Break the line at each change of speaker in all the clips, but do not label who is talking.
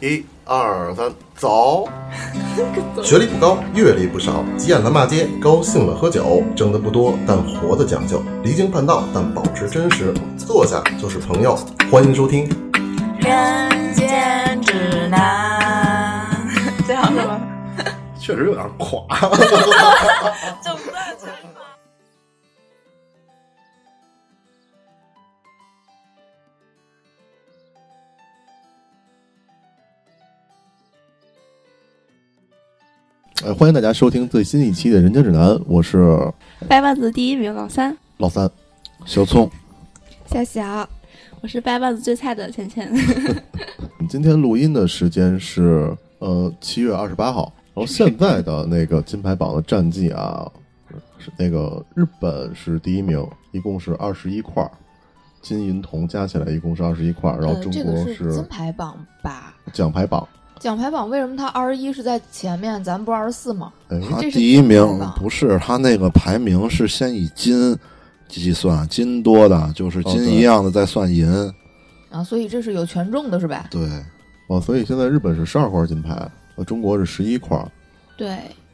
一二三，走！
学历不高，阅历不少，急眼了骂街，高兴了喝酒，挣得不多但活得讲究，离经叛道但保持真实，坐下就是朋友。欢迎收听，
人间指南，这样是吗？
确实有点垮。
就不断去
呃，欢迎大家收听最新一期的《人间指南》，我是
拜万子第一名老三，
老三，小聪。
小小，我是拜万子最菜的浅 浅。
我们今天录音的时间是呃七月二十八号，然后现在的那个金牌榜的战绩啊，是那个日本是第一名，一共是二十一块儿，金银铜加起来一共是二十一块儿，然后
呃
中
这个
国
是金牌榜吧？
奖牌榜，
哦
奖牌榜为什么它二十一是在前面，咱们不二十四吗？
哎，
他
这是
第一名
金牌榜
不是他那个排名是先以金计算，金多的就是
哦
金
对
一样的再算银，
啊，所以这是有权重的是吧？
对，
哦，所以现在日本是十二块金牌，呃，中国是十一块，
对，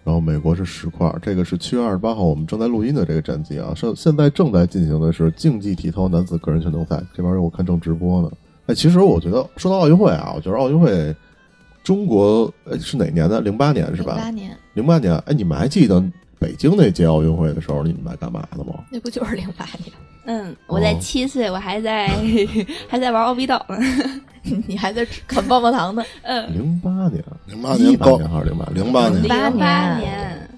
然后美国是十块。这个是七月二十八号我们正在录音的这个战绩啊。现现在正在进行的是竞技体操男子个人拳头赛，这边我看正直播呢。哎，其实我觉得说到奥运会啊，我觉得奥运会中国哎是哪年的？零八年是
零八
吧？
年
零八年。哎，你们还记得北京那届奥运会的时候你们在干嘛呢吗？
那不就是零八年？
嗯，我在
哦
七岁，我还在 还在玩奥比岛呢。
你还在吃啃棒棒糖呢？
嗯，
零八年，
零八
一
年
八
高
年嗯还是啊零八年？
零八
零
08
年
年
八年，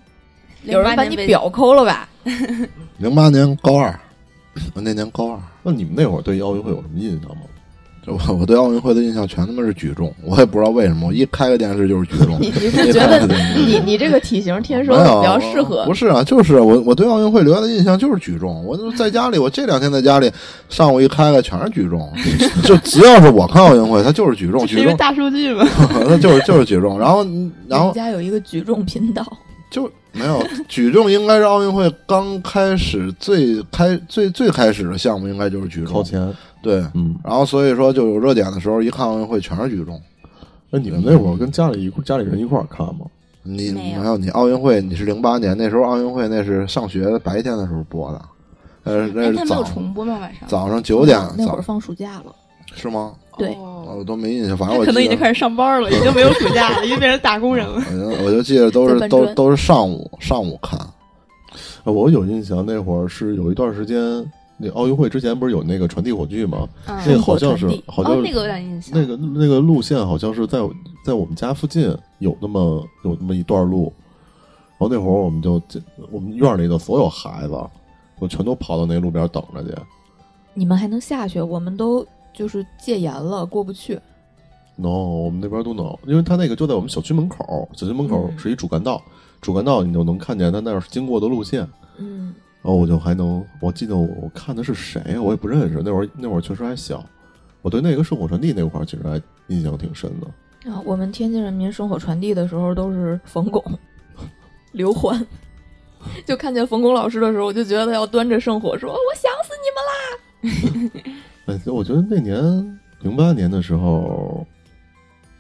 有人把
08
你
年被
表抠了吧？
零八年高二，我那年高二，
那你们那会儿对奥运会有什么印象吗？
就我我对奥运会的印象全他妈是举重，我也不知道为什么，我一开个电视就是举重。
你你
一
是觉
看
得
就是
你你这个体型天生
没有
比较适合
不？是啊，就是我我对奥运会留下的印象就是举重。我就在家里，我这两天在家里，上午一开开全是举重， 就只要是我看奥运会，它就是举重，
这是
举
因为
重，
大数据嘛。
它就是就是举重。然后
我
然后
们家有一个举重频道，
就没有举重，应该是奥运会刚开始最开最最开始的项目，应该就是举
靠
重。
前，
对，
嗯，
然后所以说就有热点的时候，一看奥运会全是举重。
那哎你们那会儿跟家里一块家里人一块儿看吗？
你
没有
没有你奥运会，你是零八年那时候奥运会那是上学白天的时候播的，呃，那
哎，
是
他们
早
有重播吗？晚上？
早上九点
那会
早
儿放暑假了，
是吗？
对
哦
哦，
我都没印象，反正
他
我
可能
记
已
得
经开始上班了，已经没有暑假了，已经变成打工人了。
我就我就记得都
在
是
搬
都
砖
都是上午上午看，
啊我有印象，那会儿是有一段时间，那奥运会之前不是有那个传递火炬吗？那
嗯，
个好像 是
传递
好像
哦
是、，
那个有点印象。
那个那个路线好像是在在我们家附近有那么有那么一段路，然后那会儿我们就我们院里的所有孩子，我全都跑到那路边等着去。
你们还能下去？我们都就是戒严了，过不去。
no，我们那边都 no，因为他那个就在我们小区门口，小区门口
嗯
是一主干道，主干道你就能看见他那儿经过的路线。
嗯，
然后我就还能，我记得我我看的是谁啊，我也不认识。那会儿那会儿确实还小，我对那个圣火传递那块儿其实还印象挺深的。
啊，我们天津人民生火传递的时候都是冯巩、刘欢，就看见冯巩老师的时候，我就觉得他要端着圣火说：“我想死你们
哎，所以我觉得那年零八年的时候，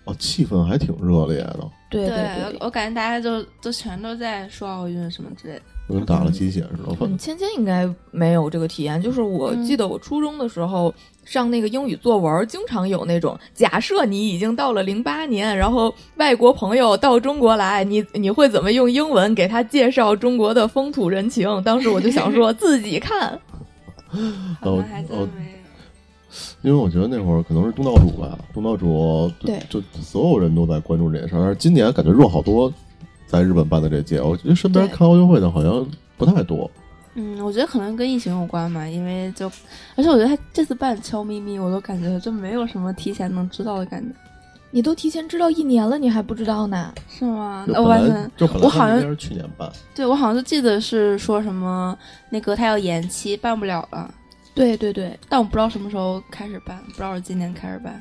哦，气氛还挺热烈的，
了！”对
对，我我感觉大家就都全都在说奥运什么之类的。
跟打了鸡血似的。反正
嗯，芊芊应该没有这个体验。就是我
嗯
记得我初中的时候、上那个英语作文，经常有那种假设你已经到了零八年，然后外国朋友到中国来，你你会怎么用英文给他介绍中国的风土人情？当时我就想 说自己看，
好像还真
哦
没有。
因为我觉得那会儿可能是东道主吧，东道主就
对
就所有人都在关注这件事儿。但是今年感觉热好多，在日本办的这届，我觉得身边
对
看奥运会的好像不太多。
嗯，我觉得可能跟疫情有关嘛，因为就，而且我觉得他这次办悄咪咪，我都感觉就没有什么提前能知道的感觉，
你都提前知道一年了，你还不知道呢？
是吗？
就
呃
本
完
来
全，
就本来
我好
他们
像
应该是去年办，
对我好像就记得是说什么那个他要延期，办不了了，
对对对，
但我不知道什么时候开始办，不知道是今年开始办。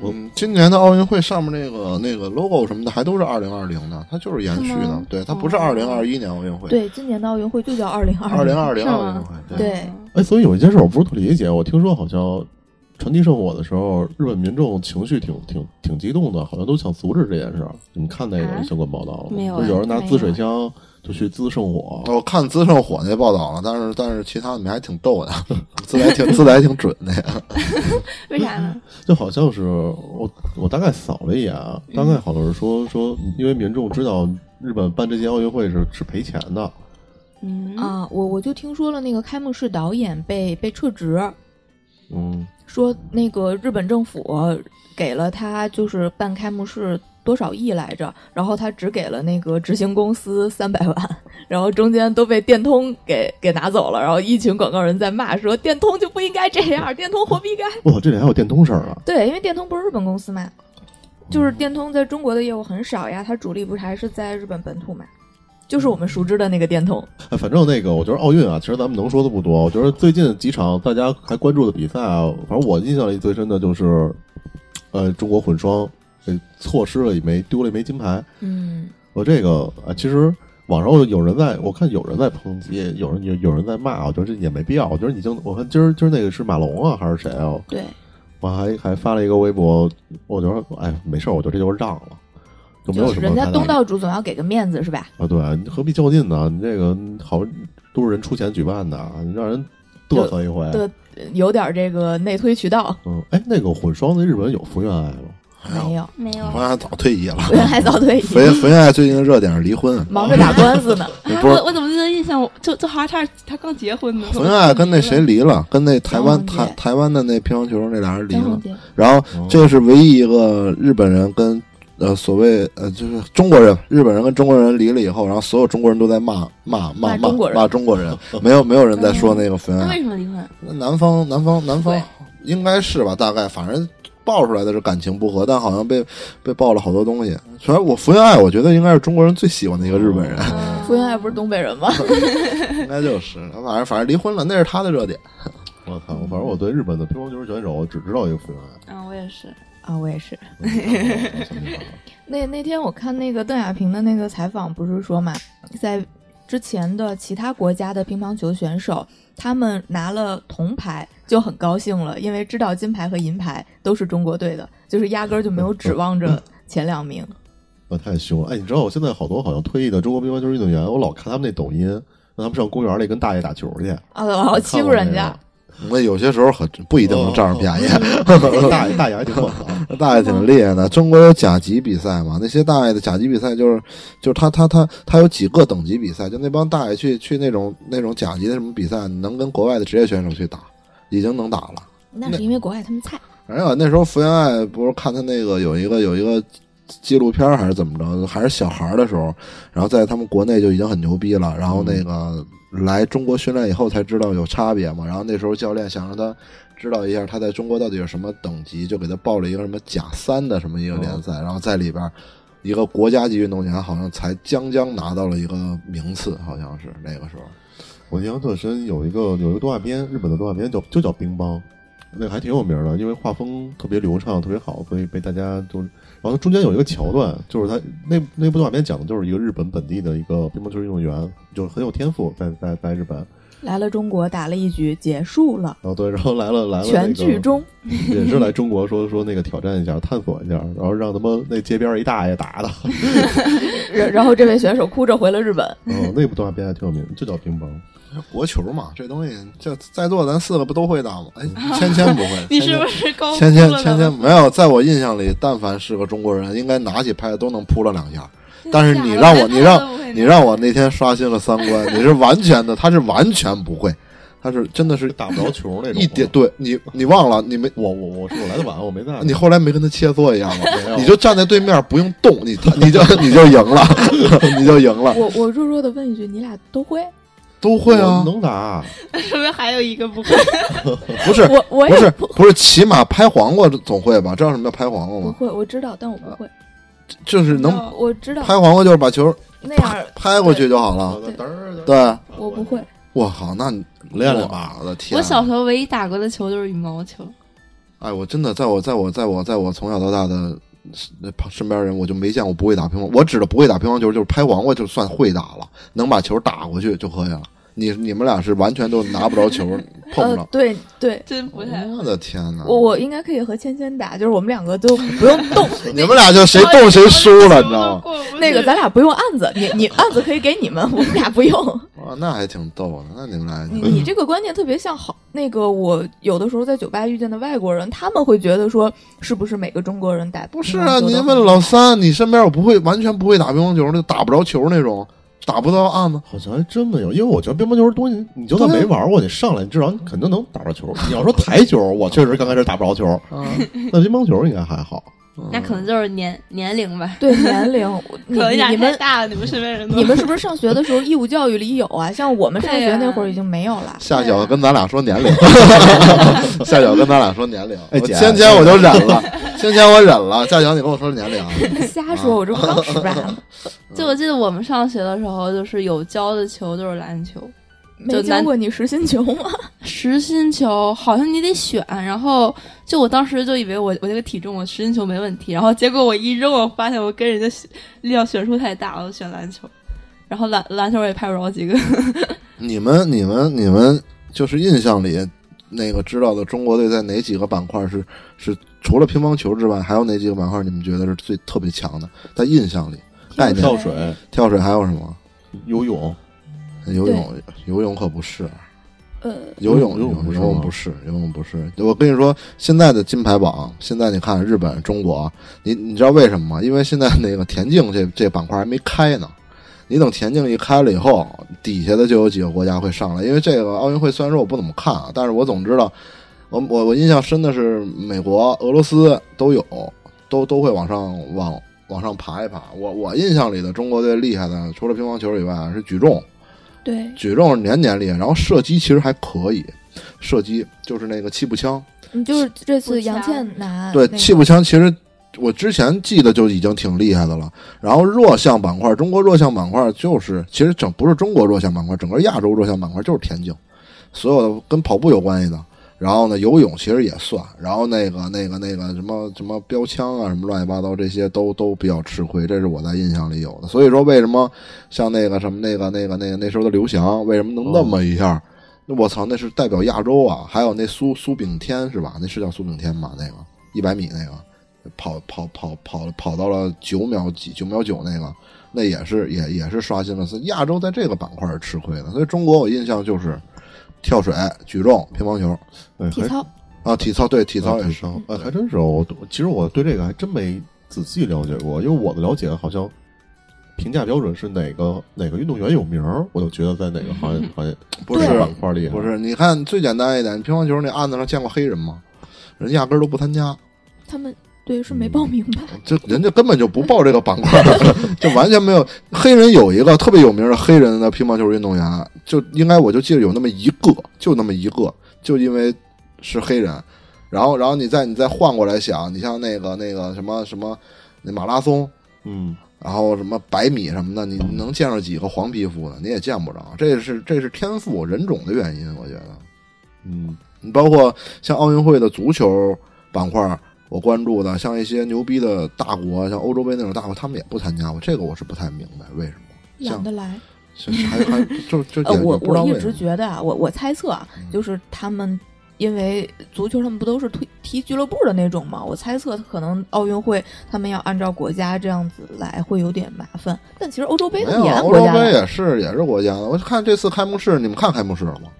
我
嗯，今年的奥运会上面那个那个 logo 什么的还都是二零二零的，它就是延续
是
的
吗，
对，它不是
哦
二零二一年奥运会，
对，今年的奥运会就叫二零二
二零二零
是吗
奥运会，
对
嗯
哎，所以有一件事我不是特理解，我听说好像传奇圣火的时候，日本民众情绪挺挺挺激动的，好像都想阻止这件事儿。你们看那
啊
个相关报道了吗？
没有
就
啊
有人拿
没
滋水
有
枪就去滋圣火，
哦我看资胜火那报道了，但是但是其他你们还挺逗的， 自来挺自来挺准的呀。
为啥呢？
嗯
就好像是我我大概扫了一眼啊，大概好像是说说，因为民众知道日本办这届奥运会是是赔钱的，
嗯，
啊，我我就听说了，那个开幕式导演被被撤职，
嗯，
说那个日本政府给了他就是办开幕式多少亿来着，然后他只给了那个执行公司三百万，然后中间都被电通给给拿走了，然后一群广告人在骂说电通就不应该这样，电通活不应 该。
我操，这里还有电通事儿啊，
对，因为电通不是日本公司嘛，就是电通在中国的业务很少呀，它主力不是还是在日本本土嘛，就是我们熟知的那个电通。
哎，反正那个我觉得奥运啊，其实咱们能说的不哦多，我觉得最近几场大家还关注的比赛啊，反正我印象里最深的就是，呃，中国混双呃错失了一枚丢了一枚金牌，
嗯，
我这个啊，其实网上有人在，我看有人在抨击，有人有有人在骂，我觉得这也没必要。我觉得已经，我看今儿今儿那个是马龙啊，还是谁啊？
对，
我还还发了一个微博，我觉得哎没事儿，我觉得这就是让了，就没有
就
什
是
么
人家
太大
东
的
道主总要给个面子是吧？
啊，对你何必较劲呢？你这个好都是人出钱举办的，你让人嘚瑟一回。
对，有点这个内推渠道，
嗯，哎，那个混双的日本有福原爱吗？
哎没有，
没有
我还早退役了。
我原来早退役，
肥肥爱最近的热点是离婚，
忙着打官司呢。
你
啊，
不是
我我怎么记得印象，我就就好像他他刚结婚呢，
冯爱跟那谁 离了，跟那台湾
张宏
台
杰
台湾的那乒乓球那俩人离
张
了嗯
宏。杰，
然后
哦
这是唯一一个日本人跟呃所谓呃就是中国人，日本人跟中国人离了以后，然后所有中国人都在骂骂骂
骂中国人
骂中国人，没有没有人在说那个冯
那
爱
为。什么离婚？啊
南方南方南方
对
应该是吧，大概反正。爆出来的是感情不和，但好像被被爆了好多东西。反正我福原爱，我觉得应该是中国人最喜欢的一个日本人，
嗯
福原爱不是东北人吗？
应该就是反正反正离婚了，那是他的热点。
我操，反正我对日本的乒乓球选手只知道一个福原爱
啊，我也是，
啊，我也是。
我没看过我想不起来了。
那那天我看那个邓亚萍的那个采访，不是说嘛，在之前的其他国家的乒乓球选手，他们拿了铜牌就很高兴了，因为知道金牌和银牌都是中国队的，就是压根儿就没有指望着前两名。
那太凶了！哎，你知道我现在好多好像退役的中国乒乓球运动员，我老看他们那抖音，让他们上公园里跟大爷打球去，
啊，老欺负人家，
那有些时候可不一定能占上便宜。
大爷大爷还挺猛的。啊
那大爷挺厉害的。中国有甲级比赛嘛？那些大爷的甲级比赛就是，就是他他他他有几个等级比赛，就那帮大爷去去那种那种甲级的什么比赛，能跟国外的职业选手去打，已经能打了。
那是因为国外他们菜。
反正我啊那时候福原爱不是看他那个有一个有一个纪录片儿还是怎么着，还是小孩儿的时候，然后在他们国内就已经很牛逼了，然后那个来中国训练以后才知道有差别嘛，然后那时候教练想让他。知道一下他在中国到底是什么等级，就给他报了一个什么甲三的什么一个联赛，然后在里边儿一个国家级运动员好像才将将拿到了一个名次，好像是那个时候。
我印象特深，有一个有一个动画片，日本的动画片叫就叫《乒乓》，那个还挺有名的，因为画风特别流畅，特别好，所以被大家都。然后中间有一个桥段，就是他那那部动画片讲的就是一个日本本地的一个乒乓球运动员，就是很有天赋，在在在日本，
来了中国打了一局，结束了，
然后对，然后来了来了、那个、
全剧终。
也是来中国说说那个挑战一下、探索一下，然后让他们那街边一大爷打的。
然然后这位选手哭着回了日本。
哦，那部动画片还挺有名，就叫乒乓。
国球嘛，这东西这在座咱四个不都会打吗？哎，芊芊不会，
你是
芊芊
不是高
芊芊
估了
芊
呢
芊没有，在我印象里，但凡是个中国人，应该拿起拍都能扑了两下。但是你让我，你让你让我那天刷新了三观，你是完全的，他是完全不会，他是真的是
打不着球那种。
一点，对你，你忘了你没
我我我是我来的晚，我没在。
你后来没跟他切磋一样吗
没有？
你就站在对面不用动，你他你就你就赢了， 你就赢了，
我我弱弱的问一句，你俩都 会？
都
我
会啊，
能打。
是不是还有一个不会？
不是
我我
不是
也
不是，起码拍黄瓜总会吧？知道什么叫拍黄瓜
不
吗？
会，我知道，但我不会。
就是能
我我知道
拍黄瓜，就是把球
那样，
拍过去就好了。
对
嘚儿
对，
我不会。
我靠，那你
练练吧。
我的天！
我
啊
小时候唯一打过的球就是羽毛球，
哎，我真的在我在我在我在我从小到大的身身边人，我就没见过不会打乒乓。我指的不会打乒乓球，就是拍黄瓜就算会打了，能把球打过去就可以了。你你们俩是完全都拿不着球，碰不
呃
着，。
对对，
真不太
我的天哪！
我我应该可以和芊芊打，就是我们两个都不用 动，
你们俩就谁动
哦
谁输了，你知道吗？
那个咱俩不用案子，你你案子可以给你 们，我们俩不用。
啊，那还挺逗的。那你们俩
你
嗯
你这个观念特别像好那个，我有的时候在酒吧遇见的外国人，他们会觉得说，是不是每个中国人打
不是啊？
乒乓球
你
都
问老三，你身边我不会，完全不会打乒乓球，那打不着球那种，打不到案子。
好像还真没有，因为我觉得乒乓球的东西，你就算
对啊
没玩过，你上来你至少你肯定能打着 球。你要说台球，我确实刚开始打不着球，
嗯
啊，
那乒乓球应该还好。
那可能就是年年龄吧，
对年 龄，我你
可能啊
你
压
你
力太
们
大了，你们身边人都
你们是不是上学的时候义务教育里有啊？像我们上
对啊
学
呀
那会儿已经没有
啊
了。
下脚跟咱俩说年 龄，下脚跟咱俩说年龄。
哎
我
姐
先前我就忍了，先前我忍了。下脚你跟我说年龄，啊
瞎说，我这 不刚十八吗？
嗯
就我记得我们上学的时候，就是有教的球就是篮球，
没教过你实心球吗？
实心球好像你得选，然后就我当时就以为我我这个体重我实心球没问题，然后结果我一扔，我发现我跟人家选力量悬殊太大，我就选篮球，然后篮篮球我也拍不着几个，
你们你们你们就是印象里那个知道的中国队在哪几个板块是是除了乒乓球之外，还有哪几个板块你们觉得是最特别强的？在印象里，概念
跳水、
跳水还有什么？
游泳，
游泳游泳可不是，
呃，
游泳
游泳不
游
是
泳
吗
不是游泳不是。我跟你说，现在的金牌榜，现在你看日本、中国，你你知道为什么吗？因为现在那个田径这这板块还没开呢。你等田径一开了以后，底下的就有几个国家会上来。因为这个奥运会虽然说我不怎么看啊，但是我总知道，我我我印象深的是美国、俄罗斯都有，都都会往上往往上爬一爬。我我印象里的中国队厉害的，除了乒乓球以外是举重，
对，
举重是年年厉害，然后射击其实还可以，射击就是那个气步枪，
你就是这
步
次杨
枪
倩拿
对，
嗯那
气
个
步枪其实我之前记得就已经挺厉害的了。然后弱项板块，中国弱项板块就是其实整不是中国弱项板块，整个亚洲弱项板块就是田径，所有的跟跑步有关系的。然后呢，游泳其实也算，然后那个那个那个什么什么标枪啊，什么乱七八糟这些都都比较吃亏，这是我在印象里有的。所以说，为什么像那个什么那个那个那个那时候的刘翔，为什么能那么一下？那我操，那是代表亚洲啊！还有那苏苏炳添是吧？那是叫苏炳添吧？那个一百米那个，跑跑跑跑跑到了九秒几九秒九那个，那也是也也是刷新了。所以亚洲在这个板块是吃亏的，所以中国我印象就是跳水、举重、乒乓球
哎，
体
还
操，
啊，体操对体操也
体
是。
操，哎，还真是我。其实我对这个还真没仔细了解过，因为我的了解好像评价标准是哪个哪个运动员有名儿，我就觉得在哪个
嗯
行业行业
不是
哪个板块啊厉害。
不是，你看最简单一点，乒乓球那案子上见过黑人吗？人压根儿都不参加，
他们对是没报名吧？
就人家根本就不报这个板块儿， 就完全没有。黑人有一个特别有名的黑人的乒乓球运动员，就应该我就记得有那么一个，就那么一个，就因为是黑人。然后，然后你再你再换过来想，你像那个那个什么什么那马拉松，
嗯，
然后什么百米什么的，你能见着几个黄皮肤的？你也见不着。这是这是天赋人种的原因，我觉得。
嗯，
你包括像奥运会的足球板块儿，我关注的，像一些牛逼的大国，像欧洲杯那种大国，他们也不参加。我这个我是不太明白为什么，
懒得来。
像 还还就就
呃，
也
我
也不知道
我一
为什
直
么。嗯
觉得啊，我我猜测啊，就是他们因为足球他们不都是踢踢俱乐部的那种嘛，我猜测可能奥运会他们要按照国家这样子来会有点麻烦，但其实欧洲杯他
没
们
有啊
也按
欧
国
洲
家
杯
来。
也是也是国家的。我看这次开幕式，你们看开幕式了吗？
哦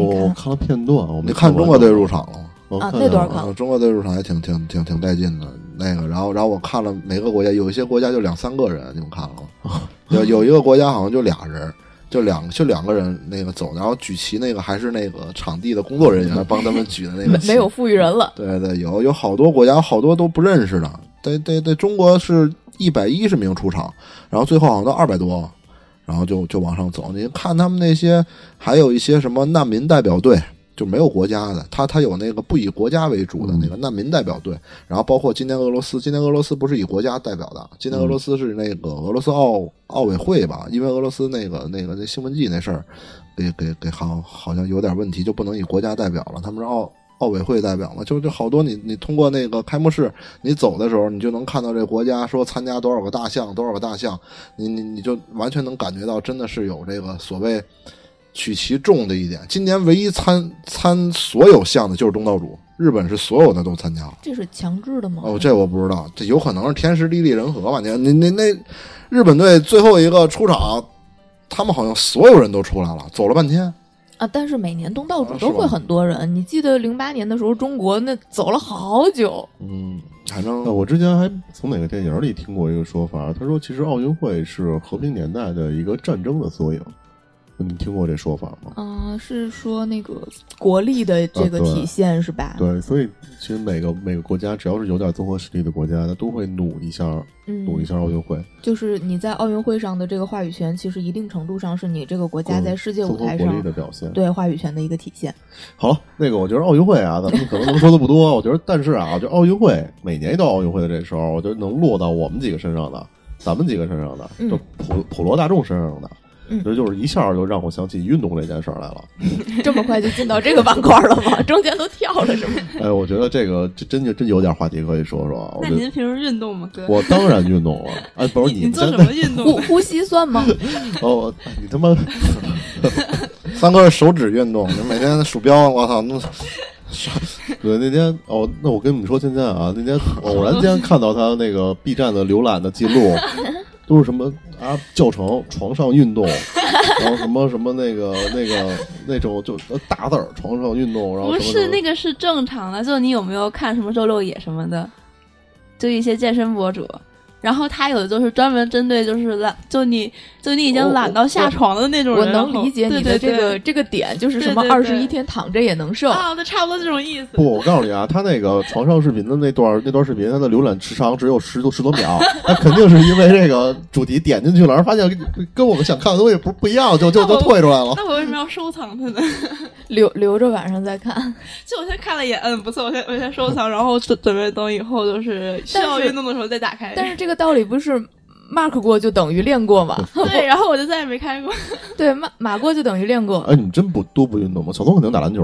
我看了片段，我
你
没
看
完
中国队
整
入场了吗？
我
啊
看
那
见
段
了
看
啊，中国队入场还挺挺挺挺带劲的那个，然后然后我看了每个国家，有一些国家就两三个人，你们看了吗？
哦
有有一个国家好像就俩人，就两就两个人那个走，然后举旗那个还是那个场地的工作人员帮他们举的那 个
没
旗
没有富裕人了，
对对，有有好多国家，好多都不认识的。对对对，中国是一百一十名出场，然后最后好像到二百多，然后就就往上走。您看他们那些，还有一些什么难民代表队，就没有国家的，他他有那个不以国家为主的那个难民代表队，然后包括今年俄罗斯，今年俄罗斯不是以国家代表的，今年俄罗斯是那个俄罗斯奥奥委会吧，因为俄罗斯那个那个那兴奋剂那事儿，给给给好好像有点问题，就不能以国家代表了，他们是奥奥委会代表嘛，就就好多你你通过那个开幕式，你走的时候，你就能看到这国家说参加多少个大项，多少个大项，你你你就完全能感觉到真的是有这个所谓取其重的一点。今年唯一参参所有项的就是东道主，日本是所有的都参加了。
这是强制的吗？
哦，这我不知道，这有可能是天时地利人和吧？你你那那日本队最后一个出场，他们好像所有人都出来了，走了半天。
啊，但是每年东道主
啊
都
是吧
会很多人。你记得零八年的时候，中国那走了好久，
嗯，反
那
正
我之前还从哪个电影里听过一个说法，他说其实奥运会是和平年代的一个战争的缩影。你听过这说法吗？
嗯、是说那个国力的这个
啊对
体现、是吧？
对，所以其实每个每个国家只要是有点综合实力的国家，它都会努一下，努一
嗯，
下奥运会。
就是你在奥运会上的这个话语权，其实一定程度上是你这个国家在世界
综
舞
合
台
国
上、
力的表现。
对话语权的一个体现。
好了，那个我觉得奥运会啊，咱们可能能说的不多。我觉得，但是啊，我觉得奥运会每年一到奥运会的这时候，我觉得能落到我们几个身上的，咱们几个身上的，
嗯
就普普罗大众身上的，
嗯
这就是一下就让我想起运动这件事儿来了。
这么快就进到这个板块了 吗？中间都跳了是吗？
哎，我觉得这个这真就真有点话题可以说说啊。我
那
觉得
您平时运动吗，哥？
我当然运动了，哎，不是
你
们
做
真
什么运
呼
动？啊
呼吸 算吗？
哦，你他妈
三哥是手指运动，就每天鼠标，我操，那
对，那天哦，那我跟你们说，现在啊，那天偶然间看到他那个 B 站的浏览的记 录，都是什么啊教程、床上运动，然后什么什么那个那个那种就呃大字儿床上运动，然后
不
什么
是
什么
那个是正常的，就你有没有看什么周六野什么的，就一些健身博主。然后他有的就是专门针对就是懒，就你就你已经懒到下床的那种
我
人，
能理解你的这个这个点，就是什么
对
二
对对
十一天躺着也能瘦。
啊，那差不多这种意思。
不，我告诉你啊，他那个床上视频的那段那段视频，他的浏览时长只有十多十多 秒，那肯定是因为这个主题点进去了，而发现跟跟我们想看的东西不不一样，就就就退出来了。
那我为什么要收藏它呢？
留留着晚上再看。
就我先看了一眼，嗯，不错，我先我先收藏，然后准准备等以后就是需要运动的时候再打开。
但是这个道理不是 mark 过就等于练 过吗？
对，然后我就再也没开过。
对，马马过就等于练过。
哎，你真不都不运动吗？小松肯定打篮球。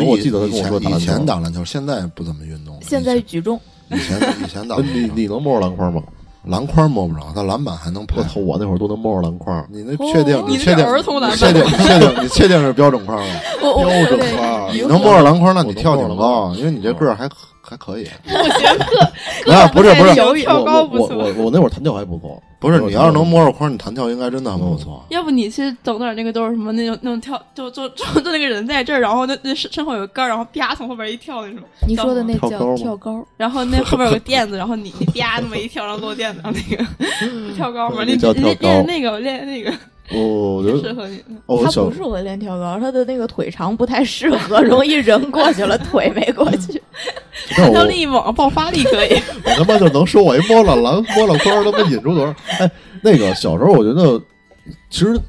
我
以
记得他跟我说
以
打
前
篮
以
球。
前打篮球，现在不怎么运动了。
现在举重，
以前以前打
哎
篮
你
球
你能摸着篮筐吗？
篮筐摸不着，但篮板还能拍
我。操，我那会儿都能摸着篮筐。
你那确定？
你那
确
是
定？
儿童篮
你
板
确定？你确定？你确定是标准框吗？
我我
标
有
准
点
化
疑
你
惑
能摸着篮筐，那
我
你
能
跳
摸着
挺
篮
高
筐，
啊因为你这个儿还可还可以。
我觉得
啊，不是不 是
游
我
跳高不
我
错。
我我我那会儿弹跳还不错，
不是，
我
你要是能摸着框，你弹跳应该真的还不错。
要不你去整点那个都是什么那种那种跳，就就就就那个人在这儿，然后那那身身后有个杆儿，然后啪从后边一跳那种。
你说的那
跳高
叫
吗
跳高，
然后那后边有个垫子，然后你你啪那么一跳，然后落垫子上那个跳高嘛，
那
那
叫
你练
跳高
练那个我练那个
嗯
我我觉
适
得
合你。
哦，我
他
小
不适合练跳高，他的那个腿长不太适合，容易人过去了，腿没过去。
但
战
我
斗力猛，爆发力可以。
我他妈就能说，我一摸了篮摸了筐，他妈引出多少？哎，那个小时候我觉得，其实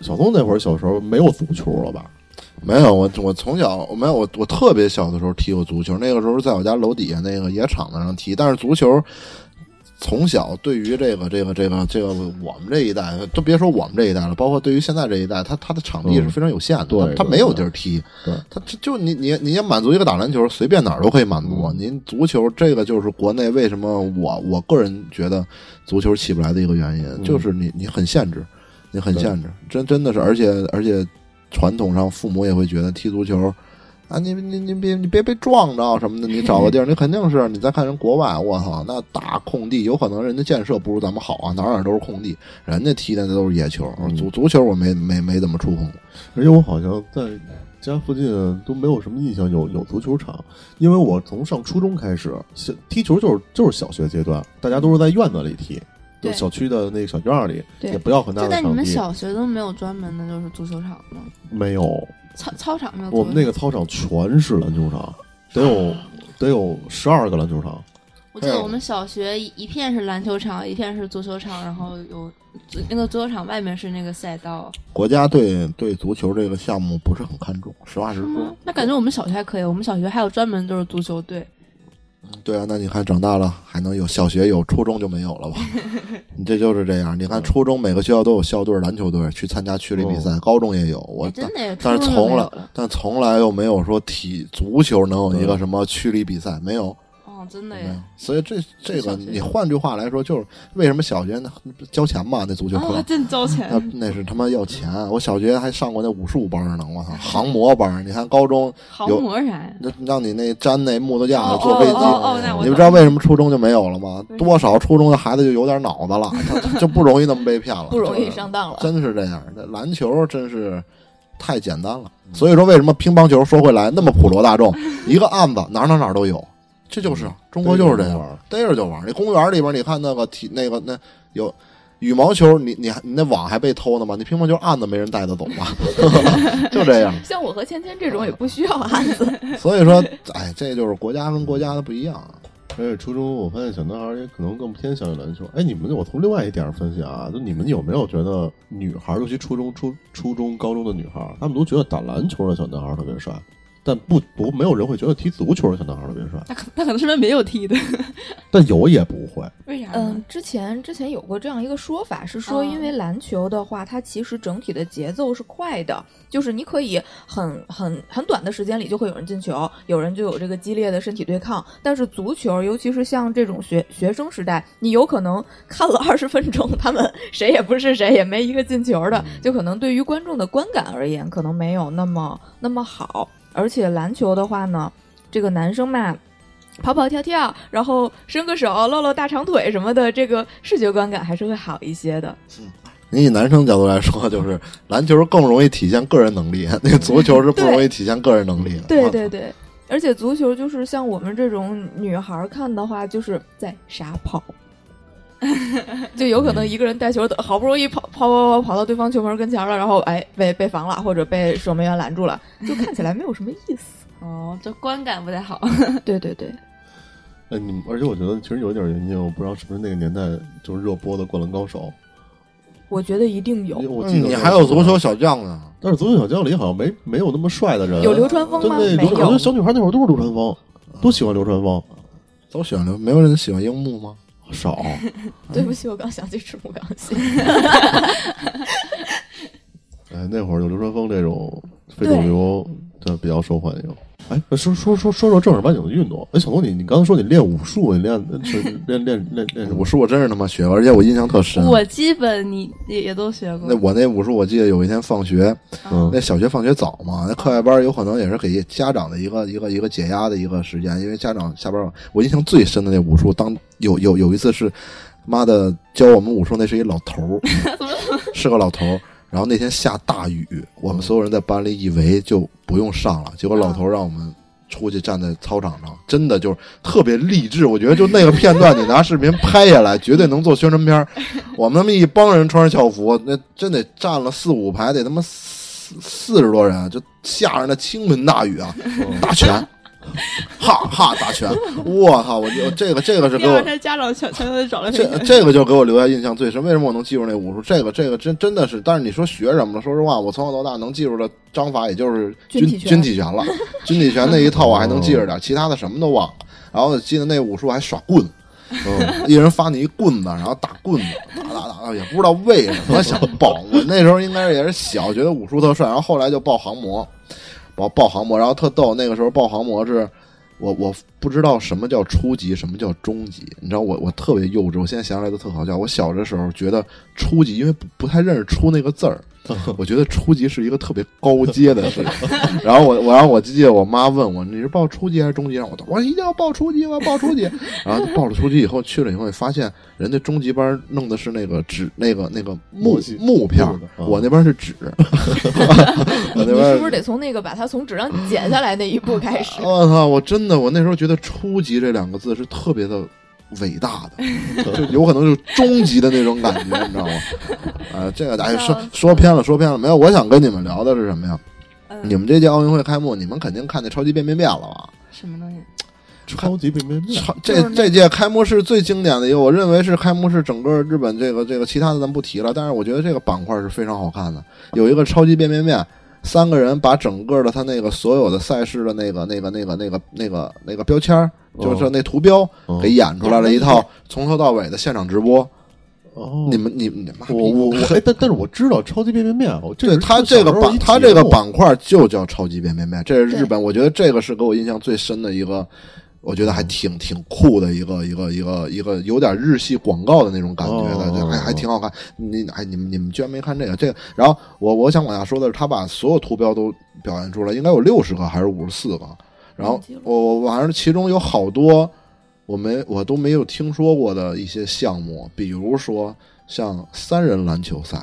小松那会儿小时候没有足球了吧？
没有，我我从小我没有我我特别小的时候踢过足球，那个时候在我家楼底下那个野场子上踢，但是足球。从小对于这个这个这个这个我们这一代，都别说我们这一代了，包括对于现在这一代，他他的场地
嗯
是非常有限的，
对
他他
对
没有
对
地儿踢，
对
他就就你你你也满足一个打篮球，随便哪儿都可以满足。啊您足球这个就是国内为什么我我个人觉得足球起不来的一个原因，就是你你很限制，你很
嗯对
限制，真真的是，而且而且传统上父母也会觉得踢足球。啊，你你你别你别被撞着什么的，你找个 地儿，你肯定是你再看人国外，我操，那大空地，有可能人家建设不如咱们好啊，哪儿哪儿都是空地，人家踢的那都是野球，
嗯
足足球我没没没怎么触碰过。
而且我好像在家附近都没有什么印象有有足球场，因为我从上初中开始，小踢球就是就是小学阶段，大家都是在院子里踢，就
对
小区的那个小院儿里，
对
也不要很大
就
的
在
场地。
你们小学都没有专门的就是足球场吗？
没有，
操操场没有足球场？
我们那个操场全是篮球场，得有得有十二个篮球场。
我记得我们小学一一片是篮球场，一片是足球场，然后有足那个足球场外面是那个赛道。
国家对对足球这个项目不是很看重，实话实说。
那感觉我们小学还可以，我们小学还有专门就是足球队。
对啊，那你看长大了还能有小学有，初中就没有 了吧？你这就是这样。你看初中每个学校都有校队、篮球队去参加区里比赛，高中也有。我
哎真的耶，
但
初中就没
是从
有
来
了。
但从来又没有说体足球能有一个什么区里比赛，没有。
哦，真的
没有
呀，
所以这这个，
小学
你换句话来说，就是为什么小学呢交钱嘛？那足
哦
球课
啊，真交钱
那那是他妈要钱。啊我小学还上过那武术班呢，我操，航模班。你看高中
航
有
模啥呀？
那让你那粘那木头架子
哦
坐飞机，
哦哦哦那我
你
懂
们知道为什么初中就没有了吗？多少初中的孩子就有点脑子了，他他就不容易那么被骗了，
不容易
就是
上当了。
真是这样，这篮球真是太简单了。所以说，为什么乒乓球说回来那么普罗大众，一个案子哪儿哪儿哪儿都有，这就是中国就是这
逮着就
样
玩，
嗯逮着就玩。那公园里边，你看那个体那个那有。羽毛球，你你还你那网还被偷呢吗？你乒乓球案子没人带得走吗？ 就这样，
像我和芊芊这种也不需要案子，
所以说，哎，这就是国家跟国家的不一样啊。
而且初中我发现小男孩儿也可能更偏向于篮球。哎，你们我从另外一点儿分析啊，就你们有没有觉得女孩儿，尤其初中、初初中、高中的女孩儿，她们都觉得打篮球的小男孩儿特别帅，但不不没有人会觉得踢足球的小男孩儿特别帅，
那可那可能身边没有踢的，
但有也不会。
为啥呢？
嗯，之前之前有过这样一个说法，是说
嗯
因为篮球的话，它其实整体的节奏是快的，就是你可以很很很短的时间里就会有人进球，有人就有这个激烈的身体对抗。但是足球，尤其是像这种学学生时代，你有可能看了二十分钟，他们 谁也不是谁，也没一个进球的，就可能对于观众的观感而言，可能没有那么那么好。而且篮球的话呢，这个男生嘛，跑跑跳跳，然后伸个手，露露大长腿什么的，这个视觉观感还是会好一些的。
你以男生角度 来说，就是篮球更容易体现个人能力，那个足球是不容易体现个人能力的。
对对对，而且足球就是像我们这种女孩儿看的话，就是在傻 跑，就有可能一个人带球，好不容易跑跑跑跑跑到对方球门跟前了，然后哎被被防了，或者被守门员拦住了，就看起来没有什么意思。
哦，这观感不太好。
嗯
对对对，
哎，你们而且我觉得其实有一点原因，我不知道是不是那个年代就是热播的《灌篮高手》，
我觉得一定
因为
有
我记
嗯
得
你
那
还
个
有
时
足
候
球，小将呢，
但是足球小将里好像没没有那么帅的人。
有流川枫
对
吗？
对，
没
流我觉
有
得。小女孩那会儿都是流川枫，都喜欢流川枫，
都喜欢刘，没有人喜欢樱木吗？
少。
对不起，我刚想起赤木刚宪。
哎，那会儿就流川枫这种非主流的比较受欢迎。哎，说说说说说正儿八经的运动。哎，小龙，你你刚才说你练武术，你练是练练练练什么
武？术我真是他妈学过，而且我印象特深。
我基本你也也都学过
那，我那武术，我记得有一天放学，
嗯
那小学放学早嘛，那课外班有可能也是给家长的一个一个一个解压的一个时间，因为家长下班晚。我印象最深的那武术，当有有有一次是，妈的教我们武术那是一老 头儿是个老头儿。然后那天下大雨，我们所有人在班里以为就不用上了，结果老头儿
嗯
让我们出去站在操场上，真的就是特别励志。我觉得就那个片段，你拿视频拍下来，绝对能做宣传片儿。我们他妈一帮人穿着校服，那真得站了四五排，得他妈四四十多人，就下着那倾盆大雨啊，打拳，哈哈打拳，我靠！我就这个这个是
第
给我
二天家长全全都得找来
这这个就给我留下印象最深。为什么我能记住那武术？这个这个真真的是，但是你说学什么了？说实话，我从小到大能记住的章法也就是军
军体拳
军体拳了，军体拳那一套我还能记着点，其他的什么都忘了。然后记得那武术还耍棍。 嗯，一人发你一棍子，然后打棍子，打打打打，也不知道为什么想报。我那时候应该也是小，觉得武术特帅，然后后来就报航模，报报航模，然后特逗。那个时候报航模是我我不知道什么叫初级，什么叫中级。你知道我我特别幼稚，我现在想起来都特好笑。我小的时候觉得初级，因为不不太认识“初”那个字儿，
嗯
我觉得初级是一个特别高阶的事。 然后我我然后我记得我妈问我你是报初级还是中级，然后我说我一定要报初级，我要报初级。 然后报了初级以后去了以后，你发现人家中级班弄的是那个纸那个那个木
墨迹
木片儿
木的，啊
我那边是纸，我那
你
边哦
是不是得从那个把它从纸上剪下来那一步开 始？
我操！我真的，我那时候觉得“初级”这两个字是特别的伟大的，就有可能就是中级的那种感觉，你知道吗？啊、这个哎，说说偏了，说偏了。没有，我想跟你们聊的是什么呀？
嗯
你们这届奥运会开幕，你们肯定看那超级变变变了吧？
什么东西？
超级变变变，
超
嗯就是
这
那
这届开幕式最经典的一个，我认为是开幕式整个日本这个这个其他的咱不提了，但是我觉得这个板块是非常好看的，有一个超级变变变。三个人把整个的他那个所有的赛事的那个那个那个那个那个那个标签儿，
哦
就是那图标，
嗯
给演出来
哦
了一套从头到尾的现场直播。
哦
你。们你们你妈逼
我我我，哎，但但是我知道超级变变变，我这
对
是
他
我
这
小
个
时候
板
一，
他
节
这个
目
板块就叫超级变变变，这是
对
日本，我觉得这个是给我印象最深的一个我觉得还挺挺酷的一个一个一个一个有点日系广告的那种感觉的，
哦
就还还挺好看。你哎，你们你们居然没看这个这个？然后我我想往下说的是，他把所有图标都表现出来，应该有六十个还是五十四个？然后我我我反正其中有好多我没我都没有听说过的一些项目，比如说像三人篮球 赛，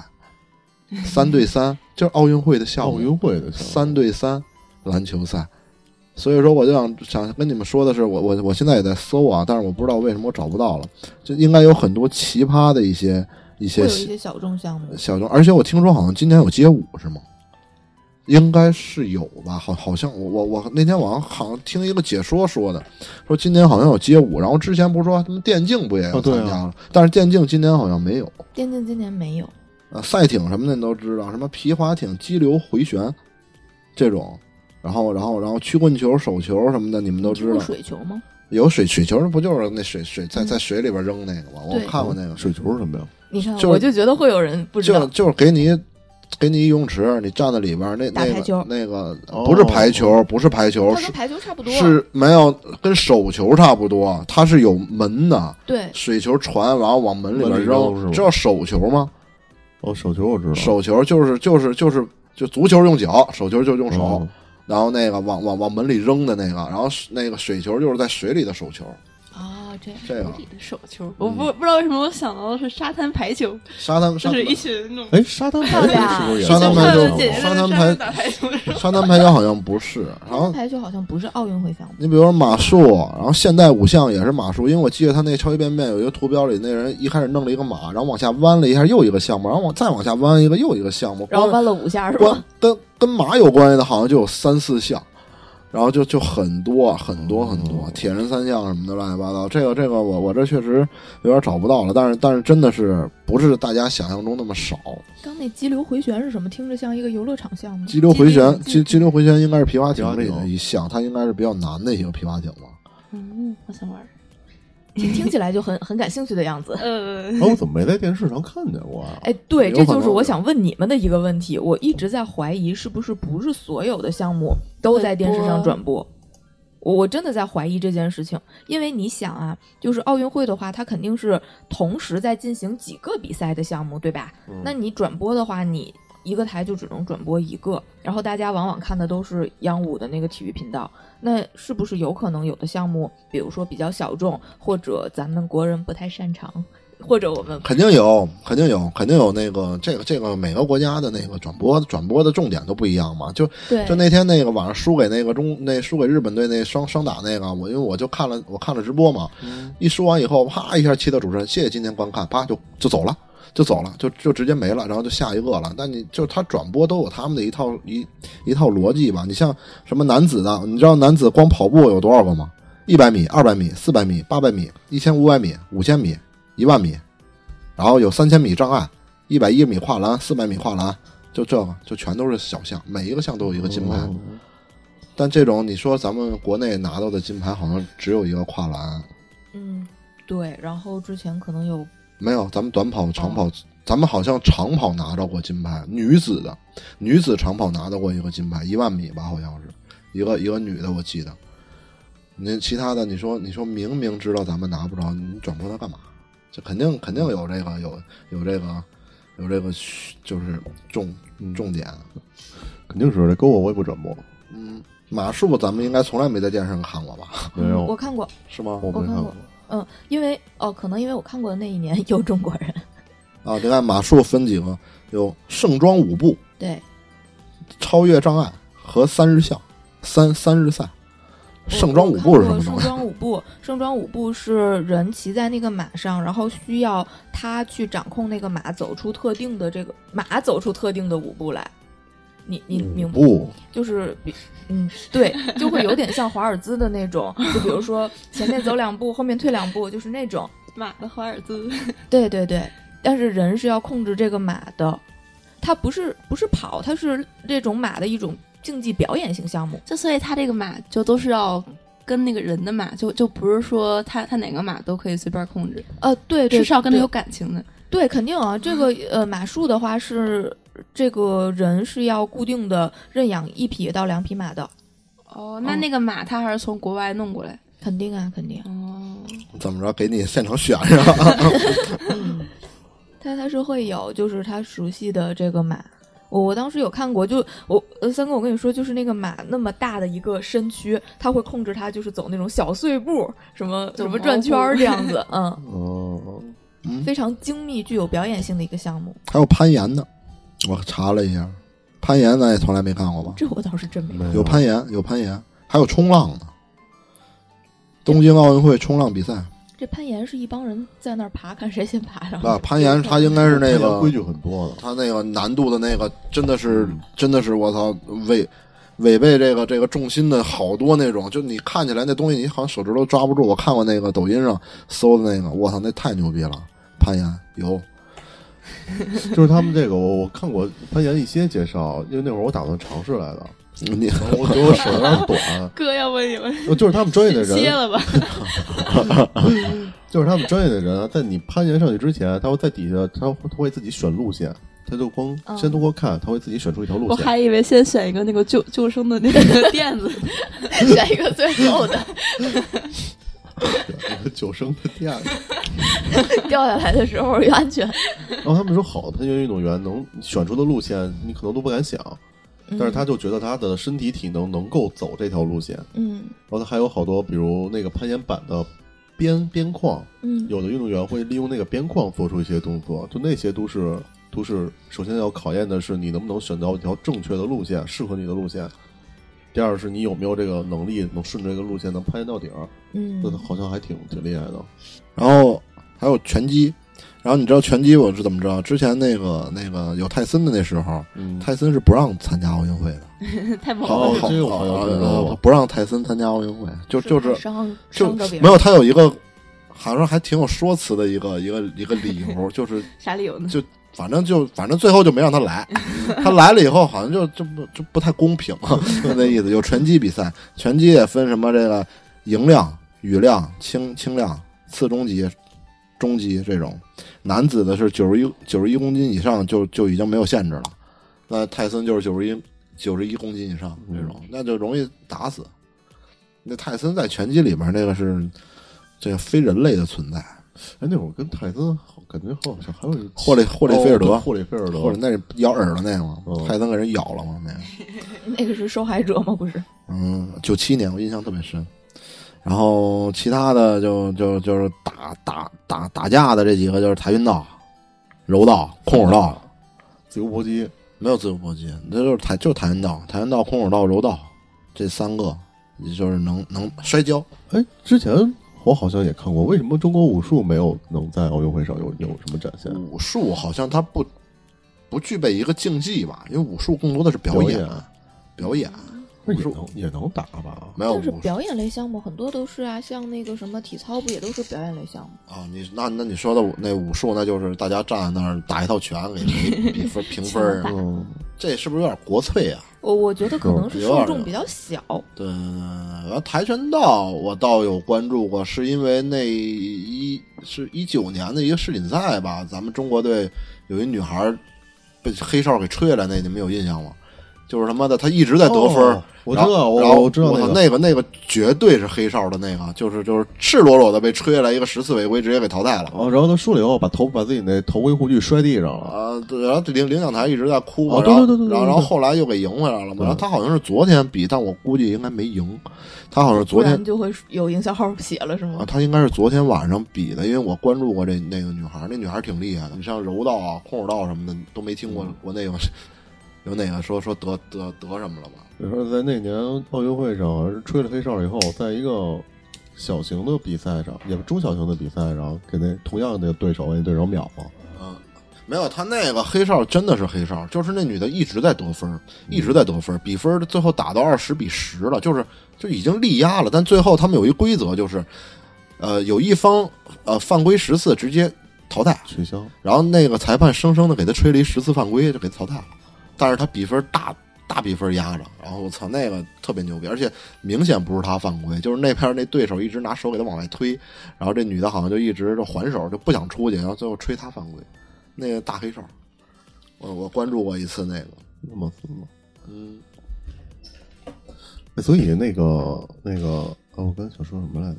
三对三，就是奥运会的项目。
哦
奥运会的项目
三对三篮球赛。所以说，我就想想跟你们说的是，我我我现在也在搜啊，但是我不知道为什么我找不到了，就应该有很多奇葩的一些
会
一些
有一些小众项目，
小众，而且我听说好像今年有街舞是吗？应该是有吧，好，好像我我我那天晚上好像听一个解说说的，说今年好像有街舞，然后之前不是说他们电竞不也要
哦对
参
啊
加了，但是电竞今年好像没有，
电竞今年没有。
啊，赛艇什么的你都知道，什么皮划艇、激流回旋这种，然后然后然后曲棍球、手球什么的，你们都知
过
道。
水球吗？
有水水球不就是那水水在在水里边扔那个吗？我
对
看过那个，
水球是什么呀？
你看，
就是
我就觉得会有人不知
就
道，
就是给你给你一泳池，你站在里边，那
打
那
排
个
球
那个
哦
不是排球，不是排球，
它跟
是
排球差不多。
是没有跟手球差不多，它是有门的，
对，
水球传然后往门里边
门里扔是
扔，
吗
知道手球吗？
哦，手球我知道，
手球就是就是就是就足球用脚，手球就用手，
哦
然后那个往往往门里扔的那个，然后水那个水球就是在水里的手球，
啊，这样
这样
你的手球，我不不知道为什么我想到的是沙滩排球，
沙滩沙
就是一群那种
哎，沙滩排球是不是也
沙滩排球
是
姐姐在
沙
那沙
滩排
滩打排球的时候，
沙滩排球好像不是，然后
排球好像不是奥运会项目。
你比如说马术，然后现代五项也是马术，因为我记得他那超级变变有一个图标里那人一开始弄了一个马，然后往下弯了一下又一个项目，然后往再往下弯一个又一个项目，
然后
光
弯了五下是吧
关？跟跟马有关系的，好像就有三四项，然后就就很多很多很多，铁人三项什么的乱七八糟。这个这个我我这确实有点找不到了，但是但是真的是不是大家想象中那么少。
刚那激流回旋是什么？听着像一个游乐场项目。
激流回旋，激激流回旋应该是皮划艇里
皮划
的
艇
一项，它应该是比较难的一个皮划艇吧。
嗯，我想玩儿。
听听起来就很很感兴趣的样子。
嗯
呃，
哎，我怎么没在电视上看见过啊？
哎，对，
有
这
可
就是
能
我
的
想问你们的一个问题。我一直在怀疑，是不是不是所有的项目都
会
在电视上
播
转播？我我真的在怀疑这件事情，因为你想啊，就是奥运会的话，它肯定是同时在进行几个比赛的项目，对吧？
嗯
那你转播的话，你一个台就只能转播一个，然后大家往往看的都是央五的那个体育频道，那是不是有可能有的项目，比如说比较小众，或者咱们国人不太擅长，或者我们
肯定有，肯定有，肯定有那个这个这个每个国家的那个转播转播的重点都不一样嘛。就
对
就那天那个晚上输给那个中那输给日本队那双双打那个，我因为我就看了我看了直播嘛，一输完以后啪一下气到主持人，谢谢今天观看，啪就就走了。就走了，就就直接没了，然后就下一个了。那你就他转播都有他们的一套一一套逻辑吧。你像什么男子的，你知道男子光跑步有多少个吗？一百米、二百米、四百米、八百米、一千五百米、五千米、一万米，然后有三千米障碍，一百一米跨栏、四百米跨栏，就这个就全都是小项，每一个项都有一个金牌。
哦
但这种你说咱们国内拿到的金牌好像只有一个跨栏，
嗯，对，然后之前可能有
没有，咱们短跑、长
哦
跑，咱们好像长跑拿到过金牌，女子的，女子长跑拿到过一个金牌，一万米吧，好像是一个一个女的，我记得。那其他的，你说你说明明知道咱们拿不着，你转播它干嘛？这肯定肯定有这个有有这个有这个就是重重点。啊
肯定是这跟我我也不转播，
嗯，马术咱们应该从来没在电视上看过吧？
没有，
我看过，
是吗？
我没
看
看
过嗯，因为哦，可能因为我看过的那一年 有中国人，
啊，你看马术分几个？有盛装舞步、
对，
超越障碍和三日项、三三日赛。盛装舞步是什
我
么
看过
东
盛
西？
装舞步，盛装舞步是人骑在那个马上，然后需要他去掌控那个马，走出特定的这个马走出特定的舞步来。你你明白？
不，
就是比嗯，对，就会有点像华尔兹的那种，就比如说前面走两步，后面退两步，就是那种。
马的华尔兹，
对对对，但是人是要控制这个马的，它不是不是跑，它是这种马的一种竞技表演型项目。
就所以他这个马就都是要跟那个人的马，就就不是说他他哪个马都可以随便控制，
呃，对对，
至少跟他
对
有感情的。
对，肯定啊，这个呃马术的话是这个人是要固定的认养一匹到两匹马的。
哦
哦，那那个马他还是从国外弄过来，
肯定啊，肯定。
哦，
怎么着给你现场选上？
他他是会有，就是他熟悉的这个马。我我当时有看过，就我呃三哥，我跟你说，就是那个马那么大的一个身躯，他会控制它，就是走那种小碎步，什么
走
什么
猫
转圈儿
步
这样子，嗯，
哦，
非常精密、具有表演性的一个项目。
还有攀岩的，我查了一下，攀岩咱也从来没干过吧？
这我倒是真没
没
有攀岩，有攀岩，还有冲浪呢。东京奥运会冲浪比赛
这攀岩是一帮人在那儿爬，看谁先爬上。
啊，攀岩它应该是那
攀岩
个
规矩很多的，
他那个难度的那个真的是
嗯
真的是我操违违背这个这个重心的好多那种，就你看起来那东西你好像手指头抓不住。我看过那个抖音上搜的那个，我操，那太牛逼了！攀岩有
就是他们这个我我看过攀岩一些介绍，因为那会儿我打算尝试来的，
你
然后我觉得我手有点短，
哥，要不你们
就是他们专业的
歇
人，
了吧？
就是他们专业的人，在你攀岩上去之前，他会在底下，他他会自己选路线，他就光先通过看，他会自己选出一条路
嗯我
线。
还以为先选一个那个救救生的那个垫子，
选一个最厚的，
九生的第二个，
掉下来的时候也安 全。
然后他们说好的攀岩运动员能选出的路线，你可能都不敢想，但
嗯
是他就觉得他的身体体能能够走这条路线。
嗯
然后它还有好多，比如那个攀岩板的边边框，
嗯，
有的运动员会利用那个边框做出一些动作，就那些都是都是首先要考验的是你能不能选到一条正确的路线，适合你的路线。第二是你有没有这个能力，能顺着这个路线能攀岩到顶儿，
嗯
那好像还挺挺厉害的。
然后还有拳击，然后你知道拳击我是怎么着？之前那个那个有泰森的那时候，
嗯，
泰森是不让参加奥运会的，
太猛
哦
了。
这个我好像知道
呃不让泰森参加奥运会，就就是
伤
就
伤着别人
没有，他有一个好像还挺有说辞的一个一个一个理由，就是
啥理由 呢？
就反正就反正最后就没让他 来，他来了以后好像就就不就不太公平，啊就那意思。有拳击比赛，拳击也分什么这个银量、羽量、轻轻量、次中级、中级这种。男子的是九十一九十一公斤以上就就已经没有限制了，那泰森就是九十一九十一公斤以上这种，
嗯
那就容易打死。那泰森在拳击里边那个是这个非人类的存在，
哎，那会儿跟泰森好，感觉好像还有一
霍利霍利菲尔德
哦对霍利菲尔德，
或者那是咬耳朵那个吗
嗯？
泰森给人咬了吗？那个，
那个是受害者吗？不是，
嗯，九七年我印象特别深。然后其他的就就就是打打打打架的这几个就是跆拳道、柔道、空手道，
自由搏击，
没有自由搏击，那就是跆就是跆拳道、跆拳道、空手道、柔道这三个，也就是能能摔跤。
哎，之前我好像也看过，为什么中国武术没有能在奥运会上有有什么展现？
武术好像它不不具备一个竞技吧，因为武术更多的是表
表
演
演，
表演
那
武
也
术
能也能打吧？
没有
但是
武术
表演类项目很多都是啊，像那个什么体操不也都是表演类项目？
啊，你那那你说的武那武术，那就是大家站在那儿打一套拳，给谁比分评分儿，
嗯，
这是不是有点国粹啊？
我我觉得可能是
有点
受
儿
众比较小，
对，然后跆拳道我倒有关注过，是因为那一是一九年的一个世锦赛吧，咱们中国队有一女孩儿被黑哨给吹下来，那你们有印象吗？就是他妈的，她一直在得分儿。
哦我知
然后
道，
然后
我知道
我
那
操
个
那个那个绝对是黑哨的那个，就是就是赤裸裸的被吹下来一个十次违规，直接给淘汰了。
哦，然后他输了以后，把头把自己那头盔护具摔地上了。
啊，对，然后领领奖台一直在哭嘛，
哦
然后
对对对对对
然后然后后来又给赢回来了嘛，然后他好像是昨天比，但我估计应该没赢，他好像是
不
昨天
然就会有营销号写了是
啊，
吗？
他应该是昨天晚上比的，因为我关注过这那个女孩，那女孩挺厉害的，你像柔道啊、空手道什么的都没听过，
嗯
国内有有哪个说说得得得什么了吧？
你说在那年奥运会上，好像是吹了黑哨以后，在一个小型的比赛上，也不中小型的比赛上，给那同样的对手，那对手秒了。
嗯没有，他那个黑哨真的是黑哨，就是那女的一直在得分，一直在得分，比分最后打到二十比十了，就是就已经力压了。但最后他们有一规则，就是呃有一方呃犯规十次直接淘汰，
取消，
然后那个裁判生生的给他吹了一十次犯规，就给他淘汰了。但是他比分大大比分压着，然后我操那个特别牛逼，而且明显不是他犯规，就是那边那对手一直拿手给他往外推，然后这女的好像就一直就还手，就不想出去，然后最后吹他犯规，那个大黑哨，我我关注过一次那个，
那么死吗？
嗯，
呃哎所以那个那个哦，我刚才想说什么来着？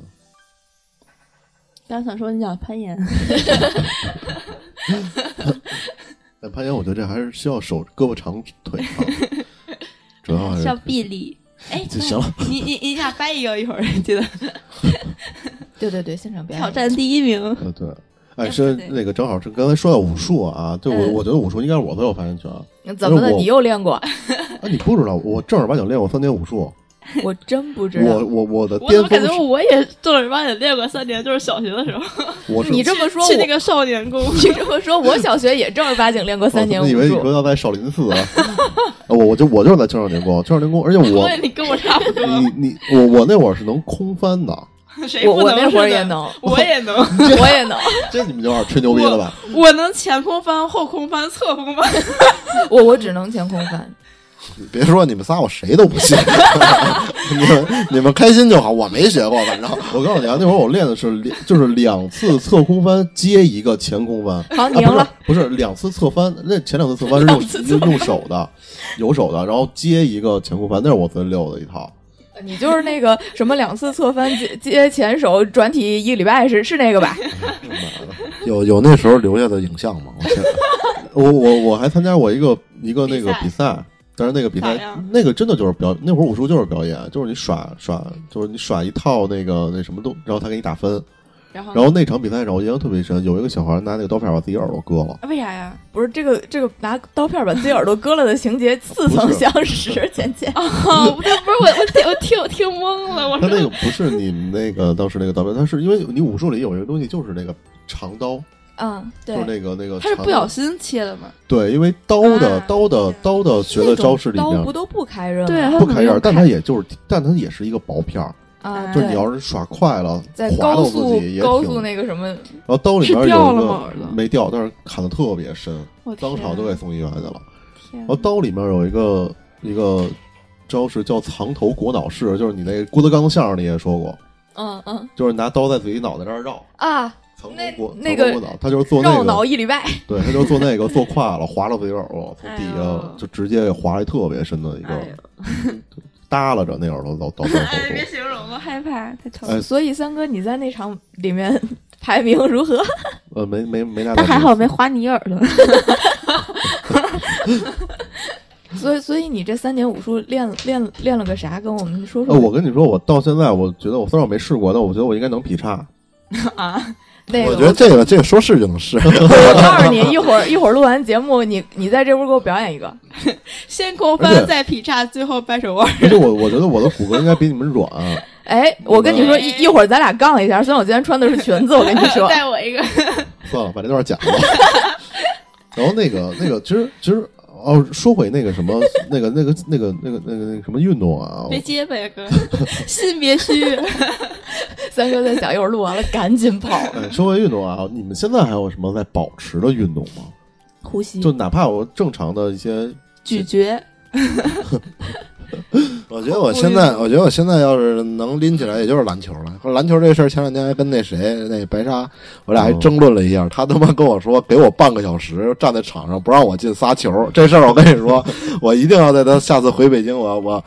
刚才想说你想攀岩，
但攀岩，我觉得这还是需要手胳膊长腿 长，主要还
像
是
臂力。哎，
就行了。
你你你俩掰一个一会儿， 记得
对对对，现场表演
挑战第一名。
呃，对，哎，是
对
那个正好是刚才说到武术啊，对我
嗯
我觉得武术应该是我最有发言权。啊，
怎么了？
我
你又 练过？
你不知道，我正儿八经练过三年武术，
我真不知
我
道。
我我的
我怎
巅
么
峰
感觉
是，
我也正儿八经练过三年，就是小学的时候
我是
你这么说，
去那
我
个少年宫。
你这么说，我小学也正儿八经练过 三年
我
武
以哦为你说
术。
要在少林寺啊， 啊我我就我就是在青少年宫，青少年宫，而且 我
对，你跟我差不多。
你你我我那会儿是能空翻的，
谁
我
不
我
能
那会儿
是的
也，哎 能，
我也能，
我也能，
这你们有点吹牛逼了吧？
我能前空翻、后空翻、侧空翻。
我我只能前空翻。
别说你们仨，我谁都不 信。你们你们开心就好，我没学过，反正
我告诉你啊，那会儿我练的是两就是两次侧空翻接一个前空翻，
好，
啊
你赢了。
不是不是两次侧翻，那前两次侧翻是用用用手的，有手的，然后接一个前空翻，那是我最溜的一套。
你就是那个什么两次侧翻接接前手转体一礼拜是是那个 吧？
有有那时候留下的影像吗？我现在
我我我还参加过一个一个那个
比
比赛，但是那个比
咋
赛
样
那个真的就是表，那会儿武术就是表演，就是你耍耍，就是你耍一套那个那什么东，然后他给你打
嗯
分。
然后
然后那场比赛让我印象特别深，有一个小孩拿那个刀片把自己耳朵割了。
为啥呀？
不是这个这个拿刀片把自己耳朵割了的 情节似曾相识，浅浅。
哦，不对，不是我，我听我听我听懵了，我
他
说
那个不是你们那个当时那个刀片，他是因为你武术里有一个东西就是那个长刀，
嗯，对
就是那个那个
他是
长
不小心切的嘛？
对，因为刀的、
啊
刀的刀的学的招式里
刀
面
不都不开刃吗？
对啊
不开眼，但它也就是，但它也是一个薄片儿，
啊，
就是
对
你要是耍快了，
在
划到
高
自
速
己也
高
挺
速那个什么，
然后刀里面有
是
一
掉了吗耳朵
个没掉，但是砍的特别深，
我天
当
啊
场就给送医院去了。
天
然后刀里面有一个一个招式叫藏头裹脑式，就是你那郭德纲的相声里也说过，
嗯嗯
就是拿刀在自己脑袋这儿绕。
啊，
藏头
那
裹藏
那个
头裹脑，他就是做那
绕脑
个，哎
一礼拜。
对他就是做那个做胯了，划了自己耳朵，从底
哎
下
呦
就直接划了一特别深的一个
哎，
耷拉着那耳朵到 到到后
哎，别
头。
形容了，害怕，太疼。
哎
所以三哥你在那场里面排名如何？
呃，没没没拿到
但
这个。
还好没划你耳朵。
所以所以你这三年武术练练练了个啥？跟哦我们说
呃，
说。
我跟你说，我到现在，我觉得我虽然我没试过，但我觉得我应该能劈叉。
啊 那个
我觉得这个这个说是就能是。
我告诉你，一会儿一会儿录完节目，你你在这屋给我表演一个。
先空
而且
翻，再劈叉，最后掰手腕。
而且我我觉得我的骨骼应该比你们软。
哎，我跟你说，一一会儿咱俩杠一下。虽然我今天穿的是裙子，我跟你 说，
带我一个，
算了，把这段讲了。然后那个那个，其实其实哦，说回那个什么，那个那个那个那个那个那个什么运动啊，
别结巴呀，哥，心别 虚。
三哥在想，一会儿录完了赶紧跑。
哎，说回运动啊，你们现在还有什么在保持的运动吗？
呼吸
就哪怕我正常的一些，
咀嚼，
我觉得我现在，我觉得我现在要是能拎起来，也就是篮球了。后来篮球这事儿，前两天还跟那谁那白沙，我
哦
俩还争论了一下。他他妈跟我说，给我半个小时站在场上，不让我进仨球。这事儿我跟你说， 我一定要在他下次回北京，我我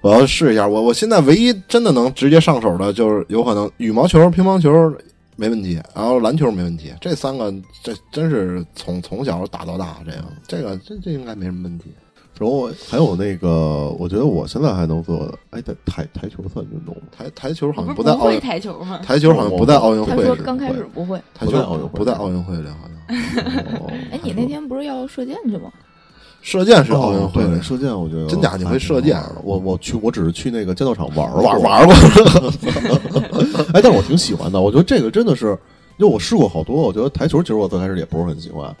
我要试一下。我我现在唯一真的能直接上手的，就是有可能羽毛球、乒乓球没问题，然后篮球没问题。这三个这真是从从小打到大，这个这个这这应该没什么问题。
然后我还有那个，我觉得我现在还能做的，哎，台台台球算运动吗？
台台球好
不哦是
像在奥
会
运。
台球吗？
台球好像不在奥运
他
会
说
里，
刚开始不会。
台
不
球
在奥运会
不在奥运会里好像。
哦
哎，你那天不是要射箭去吗？
射箭
是
是奥运会
对
里，
射箭，我觉得
哦真假你会射箭啊
了？我我去，我只是去那个剑道场玩儿
玩
过。
玩过。
哎，但是我挺喜欢的，我觉得这个真的是，因为我试过好多，我觉得台球其实我最开始也不是很喜欢。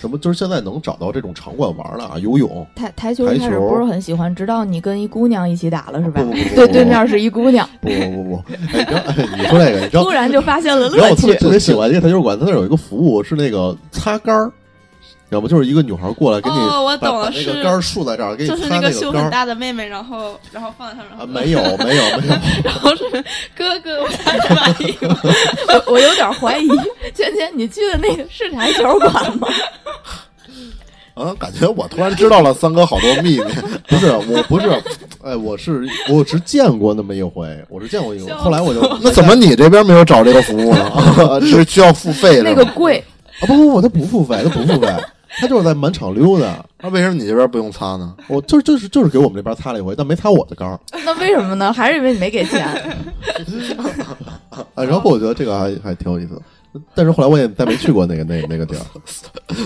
什么就是现在能找到这种场馆玩儿的啊，游泳
台台球一开
台
始
球
不是很喜欢，直到你跟一姑娘一起打了是吧
不不不？不
对，对面是一姑娘，
不不不不，哎，你知道，哎，你说这个，你知道
突，然就发现了
你知道
乐
我特别
趣。
特别喜 欢一个台球馆，它那儿有一个服务是那个擦杆儿，要不就是一个女孩过来给你
哦我
把
懂
把
了
那个
是
杆儿竖在这儿，给你
就是
擦
那个
个
胸
杆
很
儿
大的妹妹，然后然后放在上面，
啊，
然后
没有没有没有，
然后是哥哥， 我想去买衣服。
我我有点怀疑，芊芊，你去的那个是台球馆吗？
啊嗯，感觉我突然知道了三哥好多秘密。
不是，我不是，哎，我是我只见过那么一回，我是见过一回，后来我就
那怎么你这边没有找这个服务呢？是需要付费的
那
吗。
个贵，
啊不不不，他不付费，他不付费，他就是在满场溜达。
那啊为什么你这边不用擦呢？
我就就是就是给我们这边擦了一回，但没擦我的缸儿。
那为什么呢？还是因为你没给钱。
啊，然后我觉得这个还还挺有意思的，但是后来我也再没去过那个那那个地儿。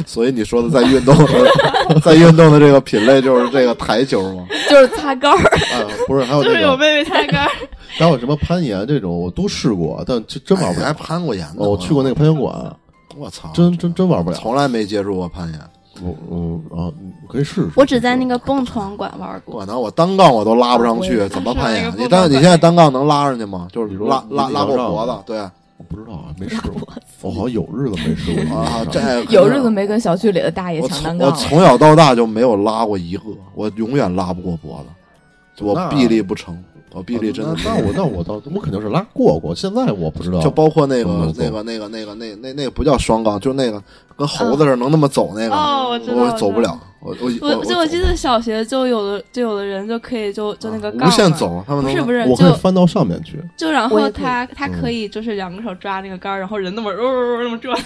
所以你说的在运动的，在运动的这个品类就是这个台球吗？
就是擦杆儿，
啊，不是，还有
就
那
是有
个
妹妹擦杆儿，
还有什么攀岩这种，我都试过，但真真玩不
哎
了
还。攀过岩呢？
哦我去过那个，攀岩馆，
我啊操，
真真真玩不了。
从来没接触过攀岩。
我我啊，你可以试试。
我只在那个蹦床馆玩过。
我呢，我单杠我都拉不上去，怎么
那
攀岩
个？不
你单
能
你现在单杠能拉上去吗？就是
比如
拉
你
拉
你
拉过
要让
脖子，对
我不知道啊，没试过。我好像有日子没试过
啊，这个可
有
能
日子没跟小区里的大爷
我
抢单
从
杠
我
了。
从小到大就没有拉过一个，我永远拉不过脖子，我
那
臂力不成，我臂力真的
啊
不
那
成。
那我那我倒我肯定是拉过过，现在我不知道。
就包括那个
嗯
那个那个那个那那那个不叫双杠，就那个跟猴子似的能那么走那个，
嗯哦我知道
我
我知
走不
道
了，我我
我就我记得
走
小学就有的就有的人就可以就就那个
啊
杠
无限
嘛，
走，他们
不
能
是不是
我可以
就
翻到上面去。
就然
我也
后
可以
他
嗯
他可以就是两个手抓那个杆儿，然后人 那么哦哦哦那么转，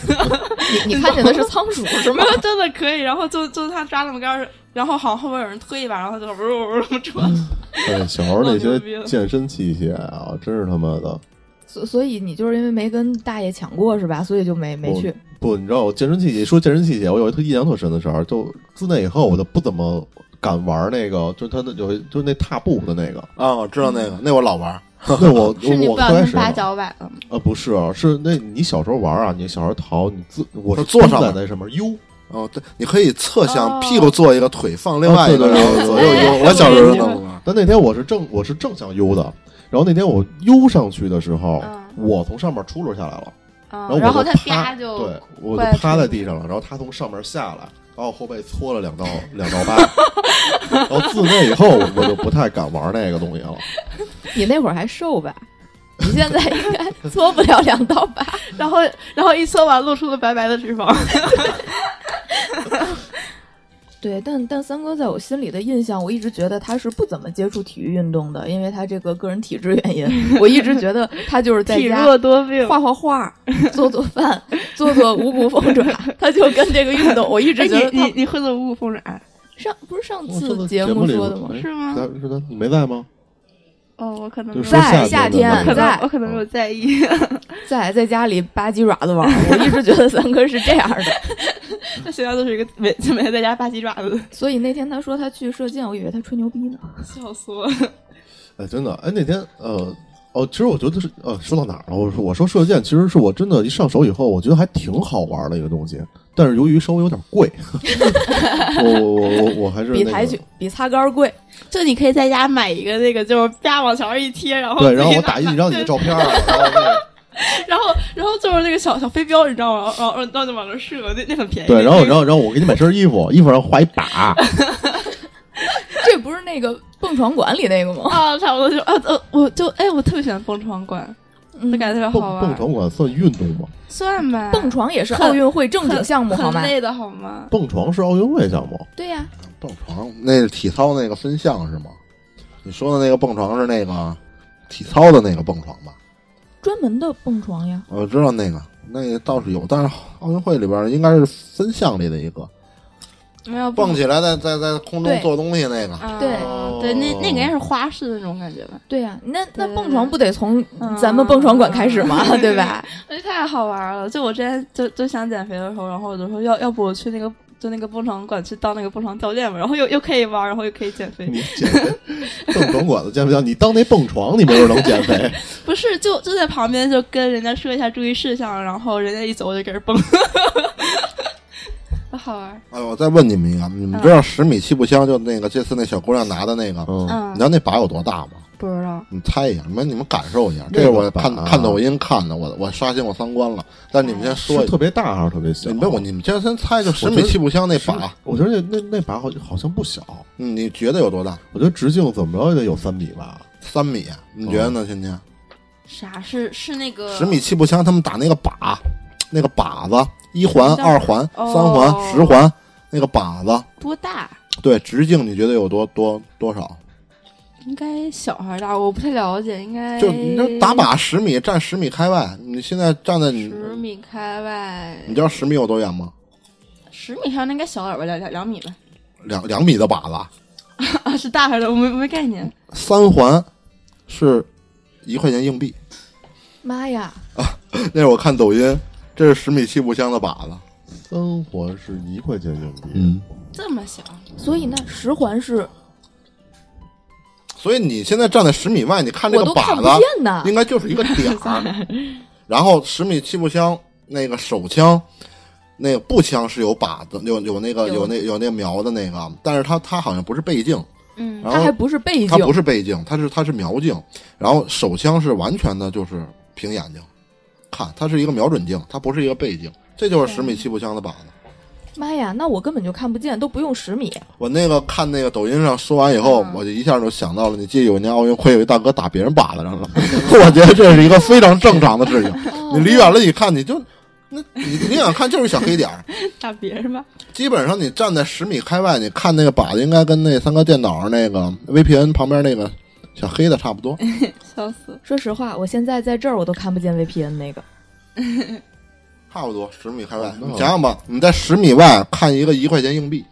你你看见的是仓鼠是吗
没？有真的可以，然后就就他抓那么杆儿，然后好像后边有人推一把，然后他就哦哦哦那么转，
哎，小时候那
老
些
牛逼了
健身器械啊，真是他妈的。
所所以你就是因为没跟大爷抢过是吧？所以就没没
我
去。
不，你知道我健身器械，说健身器械，我有一特印象特深的事儿，就自那以后我就不怎么敢玩那个，就是他那有一就是那踏步的那 个，
啊，我知道
嗯
那个，那我老玩儿，
那我
是你
我
不
我
小
刚开
心
始
把脚崴了吗？
啊不是啊，是那你小时候玩啊，你小时候逃，你自我是
坐
蹲
上
在
面
那上面悠，
哦，对，你可以侧向
哦
屁股坐一个，腿放另
啊
外一个，
对对
然
对对
后左
对
右
对
游。我
对
小
对
时候
对
那
对
么玩儿。
但那天我是正我是正向悠的，然后那天我悠上去的时候，
嗯
我从上面出溜下来了，
啊
然，
然
后
后
我
他
就
啪
趴，
就
对，我
怪
就趴在
出
地上了，然后他从上面下来，把我后背搓了两刀两刀疤，然后自那以后我就不太敢玩那个东西了。
你那会儿还瘦吧？你现在应该搓不了两刀疤。
然后然后一搓完露出了白白的脂肪，
对，但但三哥在我心里的印象，我一直觉得他是不怎么接触体育运动的，因为他这个个人体质原因，我一直觉得他就是在
体
家
弱多 病。
画画画、 做做饭、做做五谷丰 爪，他就跟这个运动，我一
哎，
直觉得
你
他
你你会做五谷丰爪
上不是上
我说
次
的
节
节目里
说的
不
吗？
哎
是吗？
那是的，你没在吗？
哦，我可能
就
没
是嗯
有
说
在夏
夏
天
我
的
可能
在
我可能没有在意，
在在家里扒鸡爪子玩儿，我一直觉得三哥是这样的。
那学校都是一个每每天在家扒鸡爪子，
所以那天他说他去射箭，我以为他吹牛逼呢。
笑死我！
哎，真的，哎，那天呃，哦，其实我觉得是呃，说到哪儿了？我说我说射箭，其实是我真的，一上手以后，我觉得还挺好玩的一个东西，但是由于稍微有点贵，我我我我我还是、那
比
个、
台球比擦杆儿贵，
就你可以在家买一个那个，就是啪往墙上一贴，然后
对，
自己
然后我
拿
打印一张你的照片儿，啊然后那个
然后然后就是那个小小飞镖，你知道吗？然后然后然后就往那射，那那很便宜。
对，然后然后然后我给你买身衣服，衣服上画一把，
这不是那个蹦床馆里那个吗？
啊，差不多就啊呃，我就哎，我特别喜欢蹦床馆，就感觉特别
蹦
好玩。
蹦床馆算运动吗？
算吧，
蹦床也是奥运会正经项目
嗯
好
很
吗？
累的好吗？
蹦床是奥运会项目，
对呀、
蹦床那是体操那个分项是吗？你说的那个蹦床是那个体操的那个蹦床吧？
专门的蹦床呀。
我知道那个，那个倒是有，但是奥运会里边应该是分项里的一个，
没有
蹦起来在在在空中
对
做东西那个。
啊，
对
哦
对，那那个应该是花式的那种感觉吧？
对呀、那那
对嗯
蹦床不得从咱们蹦床馆开始吗？ 对吧？
哎，太好玩了！就我之前就就想减肥的时候，然后我就说要要不我去那个就那个蹦床馆去当那个蹦床教练吧，然后又又可以玩，然后又可以减肥。
你减肥蹦床馆子减不了，你当那蹦床，你没准能减肥。
不是，就就在旁边就跟人家说一下注意事项，然后人家一走我就给人 蹦，好玩。
哎，我再问你们一个，你们知道十米气步枪就那个这次那小姑娘拿的那个，
嗯，
你知道那靶有多大吗？
不知道，
你猜一下，你们你们感受一下，
那个
这是我看
靶
看抖音看的，我我刷新我三观了。但你们先说
是
一
特
下，
别大啊还是特别小？
你们我你们先先猜，就十
我
米
觉得
气步枪那
那
靶，
我觉得那那那把好好像不小，
嗯你觉得有多大？
我觉得直径怎么着也得有三米吧。
三米，啊你觉得呢，天天？
啥是是那
啊
个
十米气步枪，他们打那个靶，那个靶子，一环、
叫
二环、
哦
三环、十环，那个靶子，
多大？
对，直径你觉得有多多多少？
应该小孩儿大，我不太了解，应该
就你就打靶十米，站十米开外，你现在站在你，
十米开外，
你知道十米有多远吗？
十米开外那应该小点儿吧，两两两米吧？
两两米的靶子，
啊，是大还是我没没概念。
三环是一块钱硬币。
妈呀，
那会儿我看抖音，这是十米气步枪的靶子，
三环是一块钱硬币，
嗯，
这么小，
所以那十环是
所以你现在站在十米外，你看这
我
个
都看
靶
不
子，
见
啊
呢。
应该就是一个点儿。然后十米气步枪那个手枪，那个步枪是有靶子，有有那个有那有那瞄的那个，但是它它好像不是倍镜，
嗯，
然
它还
后
不是倍
它
镜，
不是倍镜，它是它是瞄镜，然后手枪是完全的就是凭眼睛看，它是一个瞄准镜，它不是一个倍镜，这就是十米气步枪的靶子。
妈呀，那我根本就看不见，都不用十米。
我那个看那个抖音上说完以后，
嗯
我就一下就想到了，你记得有一年奥运会有一大哥打别人靶子 上了， 我觉得这是一个非常正常的事情。
哦
你离远了一看，你就那你你想看就是一小黑点 儿，
打别人吧，
基本上你站在十米开外，你看那个靶子应该跟那三个电脑上那个 VPN 旁边那个小黑的差不 多。
笑死。
说实话，我现在在这儿我都看不见 VPN 那个。
差不多十米开外，
哦那
你想想吧，你在十米外看一个一块钱硬币，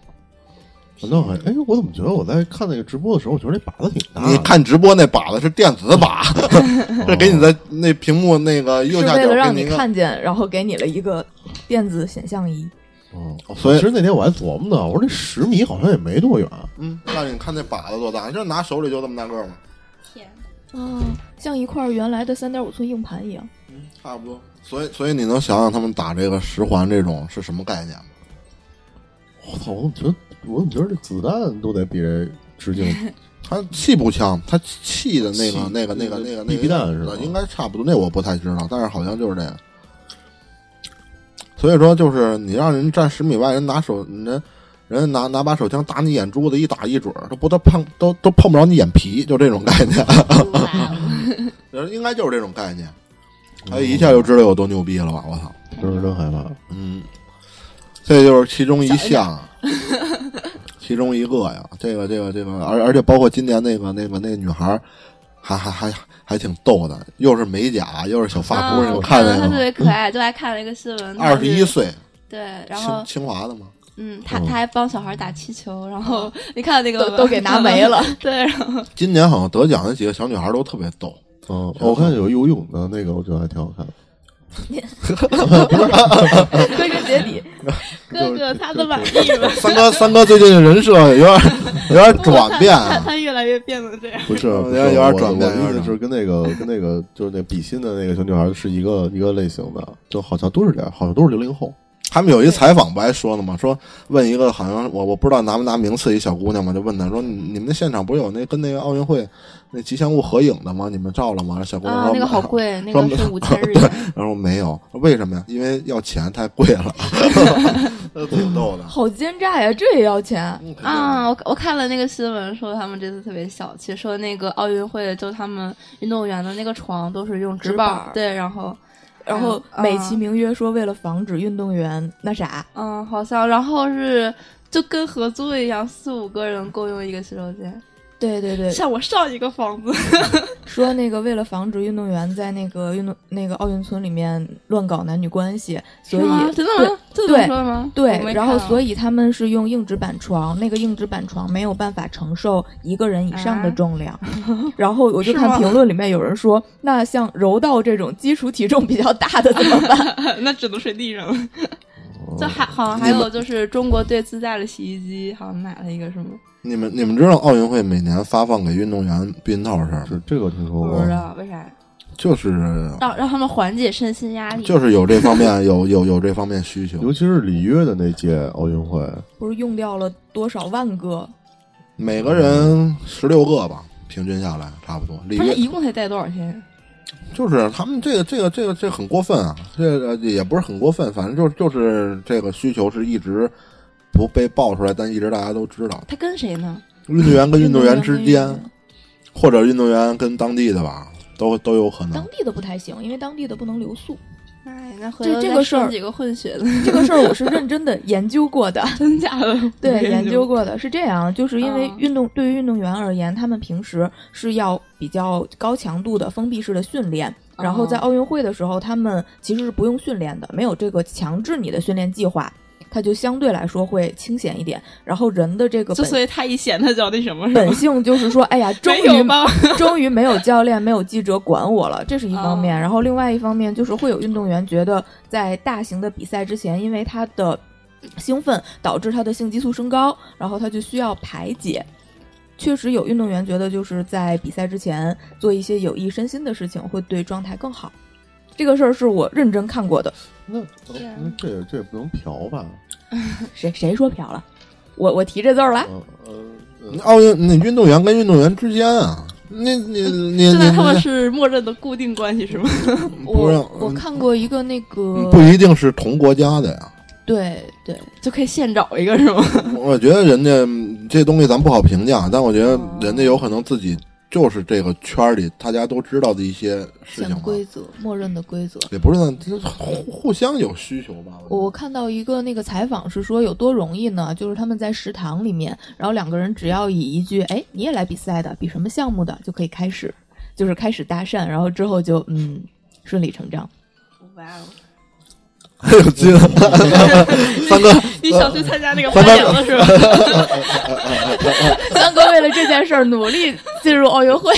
嗯
那还哎，我怎么觉得我在看那个直播的时候，我觉得那靶子挺大的，
你看直播那靶子是电子靶，
哦
这 给你在那屏幕那个
是
右下
为
角
了
给
让
你
你
一个
看见，然后给你了一个电子显像仪。
哦，哦
所以
其实那天我还琢磨呢，我说这十米好像也没多远，
嗯，让你看那靶子多大，你这拿手里就这么大个儿吗？
啊，像一块原来的三点五寸硬盘一样。
差不多。所以，所以你能想想他们打这个十环这种是什么概念吗？
我操，我怎么觉得我怎么觉得这子弹都得比这直 径
它气步枪，它气的那个、
气
那个、那个、那个、那
地
个
皮弹是吧
应该差不多。那我不太知道，但是好像就是这个。所以说，就是你让人站十米外，人拿手，人人拿拿把手枪打你眼珠子，一打一准儿，都不都碰都都碰不着你眼皮，就这种概念，应该就是这种概念。哎，一下就知道有多牛逼了吧！我操，
真是真害怕。
嗯，这就是其中一项， 其中一个呀。这个这个这个，而而且包括今年那个那个那个女孩儿，还还还还挺逗的，又是美甲又是小发箍，
啊
你
我
有看
到他
那
特
个吗？
别可爱，就爱看了一个新闻。
二十
他
一
是
岁，
对，然后
清清华的吗？
嗯，他
嗯
他还帮小孩打气球，然后你看那个
哦都都给 拿没了。
对，然后
今年好像得奖的几个小女孩都特别逗，
嗯，我看有游泳的那个，我觉得还挺好看的。
归根结底，
哥哥他的满意吧？
三哥三哥最近的人设有点有点转变
他
啊，
他越来越变得这样。
不是，
有
不是
点有点转
我
变有
我
点
的意思是跟那个跟那个就是那比心的那个小女孩是一个一个类型的，就好像都是这样，好像都是零零后。
他们有一采访不还说了吗？说问一个好像我我不知道拿不拿名次一小姑娘嘛，就问她说你你们那现场不是有那跟那个奥运会那吉祥物合影的吗？你们照了吗？小姑娘
啊
说、，
那个好， 贵，那
说
个是五千 日元。
然后没有，为什么呀？因为要钱太贵 了， 那挺逗的。
好奸诈呀！这也要钱？
嗯肯定
啊，我我看了那个新闻，说他们这次特别小气，说那个奥运会就他们运动员的那个床都是用
纸
纸
板
板
儿
儿，对，然后
然后
啊
嗯
美其名曰说为了防止运动员那啥，
嗯，好像然后是就跟合租一样，四五个人共用一个洗手间，
对对对，
像我上一个房子，
说那个为了防止运动员在那个运动那个奥运村里面乱搞男女关系，所
是吗
以
啊真的吗？这么
对
说的吗？
对
我没
对，然后
看啊
所以他们是用硬纸板床，那个硬纸板床没有办法承受一个人以上的
啊
重量。 然后我就是看
吗
评论里面有人说，那像柔道这种基础体重比较大的怎么 办？
那只能睡地上了。
嗯
就还好像还有就是中国队自带了洗衣机，好像买了一个什么，
你们你们知道奥运会每年发放给运动员避孕套的事儿吗？
是这个听说
不
过
知，道为啥，
就是
哦让让他们缓解身心压力。
就是有这方面有有有这方面需求，
尤其是里约的那届奥运会，
不是用掉了多少万个？
每个人十六个吧，平均下来差不多。里
不
约
是一共才带多少天？
就是他们这个这个这个这个很过分啊，这个也不是很过分，反正就是就是这个需求是一直不被爆出来，但一直大家都知道。
他跟谁呢？
运动员跟运动员之
运动员
间
跟运，动
或者运动员跟当地的吧，都都有可能
当。地的不太行，因为当地的不能留宿。
妈呀，哎那回
这
头
这
再
个事
生
儿
几个混血的，
这个事儿我是认真的研究过的，
真假的？
对，研究过的是这样，就是因为
嗯
运动、对于运动员而言，他们平时是要比较高强度的封闭式的训练，然后在
哦
奥运会的时候，他们其实是不用训练的，没有这个强制你的训练计划，它就相对来说会清闲一点。然后人的这个
就
本
所以他一闲他就要那什么，是
本
吧？
性就是说，哎呀，终
没有
于
吧？
终于没有教练、没有记者管我了，这是一方面。
哦
然后另外一方面就是会有运动员觉得在大型的比赛之前，因为他的兴奋导致他的性激素升高，然后他就需要排解。确实有运动员觉得就是在比赛之前做一些有益身心的事情，会对状态更好。这个事儿是我认真看过的。
那
啊
那这也这也不能嫖吧？
谁谁说嫖了？我我提这字儿了。
嗯呃呃
奥运那运动员跟运动员之间啊，那你
嗯
你
现
你
在他们是默认的固定关系是吗？
嗯不是
我我看过一个那个，
不一定是同国家的呀。
对对，
就可以现找一个是吗？
嗯
我觉得人家嗯这东西咱不好评价，但我觉
哦
得人家有可能自己就是这个圈儿里大家都知道的一些事情
潜
吧，
规则，默认的规则。
也不是呢这互互相有需求吧。
我
觉
看到一个那个采访是说有多容易呢？就是他们在食堂里面，然后两个人只要以一句“哎，你也来比赛的，比什么项目的”就可以开始，就是开始搭讪，然后之后就嗯顺理成章。
哇哦！
得有劲了， 三哥
你想去参加那个花样了是吧？
三哥为了这件事儿努力进入奥运会，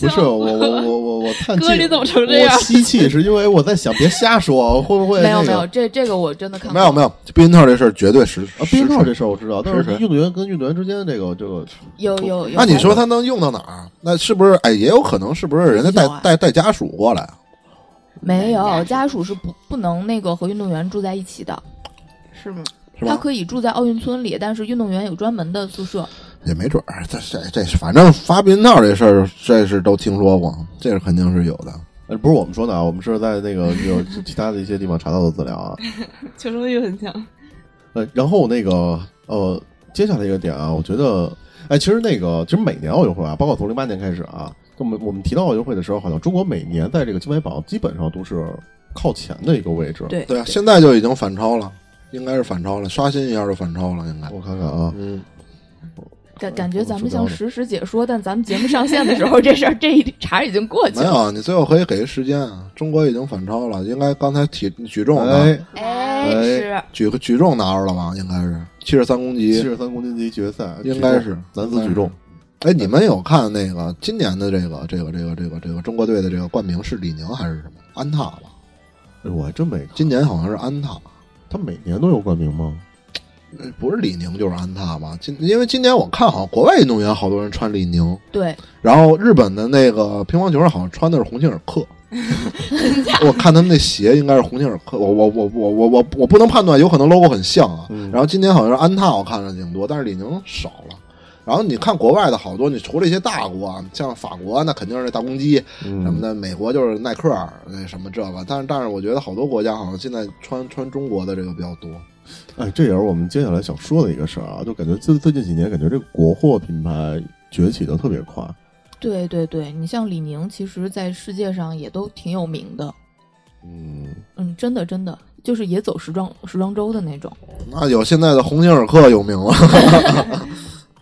不是我我我我我叹气，
哥你怎么成这样
我吸气是因为我在想，别瞎说，啊会不会
没有
那
没
个
有，这这个我真的看
没有没有避孕套这事儿绝对实
啊，避孕套这
事。
事儿我知道，但
是
是
是
运动员跟运动员之间这个这个，
有有有。
那你说他能用到哪儿？那是不是？哎，也有可能是不是人家带
有啊
带带家属过来？啊
没有家属是不不能那个和运动员住在一起的，
是吗？
是
他
吧？
可以住在奥运村里，但是运动员有专门的宿舍。
也没准儿，这这这，反正发避孕套这事儿，这是都听说过，这是肯定是有的。
呃，不是我们说的啊，我们是在那个有其他的一些地方查到的资料啊。
求生欲很强。
呃，然后那个呃，接下来一个点啊，我觉得，哎，其实那个其实每年奥运会啊，包括从零八年开始啊，我们我们提到奥运会的时候，好像中国每年在这个金牌榜基本上都是靠前的一个位置。，
对
对啊，现在就已经反超了，应该是反超了，刷新一下就反超了，应该。
我看看啊，
嗯，
感
嗯
感觉
我
咱
知
们
道
像
了
实时解说，但咱们节目上线的时候， 这事儿这一茬儿已经过去
没
了。
有，你最后可以给个时间啊。中国已经反超了，应该刚才体举重呢，
哎，
哎，
哎
是
举举重拿着了吧？应该是七十三公
七
级，
十三公斤级决赛，
应该
举
是
重男子举重。。
哎，你们有看那个今年的这个这个这个这个这个中国队的这个冠名是李宁还是什么安踏吧？
哎，我还真没看，
今年好像是安踏，
他每年都有冠名吗？
呃不是李宁就是安踏吧？今因为今年我看好像国外运动员好多人穿李宁，
对，然
然后日本的那个乒乓球上好像穿的是鸿星尔克，我看他们那鞋应该是鸿星尔克，我我我我我我我不能判断，有可能 logo 很像啊。
嗯
然后今年好像是安踏，我看着挺多，但是李宁少了。然后你看国外的好多，你除了一些大国啊，像法国那肯定是大公鸡什么
嗯，
的，美国就是耐克啊那什么这个，但是但是我觉得好多国家好像现在穿穿中国的这个比较多。
哎，这也是我们接下来想说的一个事儿啊，就感觉最最近几年，感觉这个国货品牌崛起的特别快。
对对对，你像李宁，其实在世界上也都挺有名的，
嗯，
嗯，真的真的，就是也走时装时装周的那种。
那有现在的鸿星尔克有名了，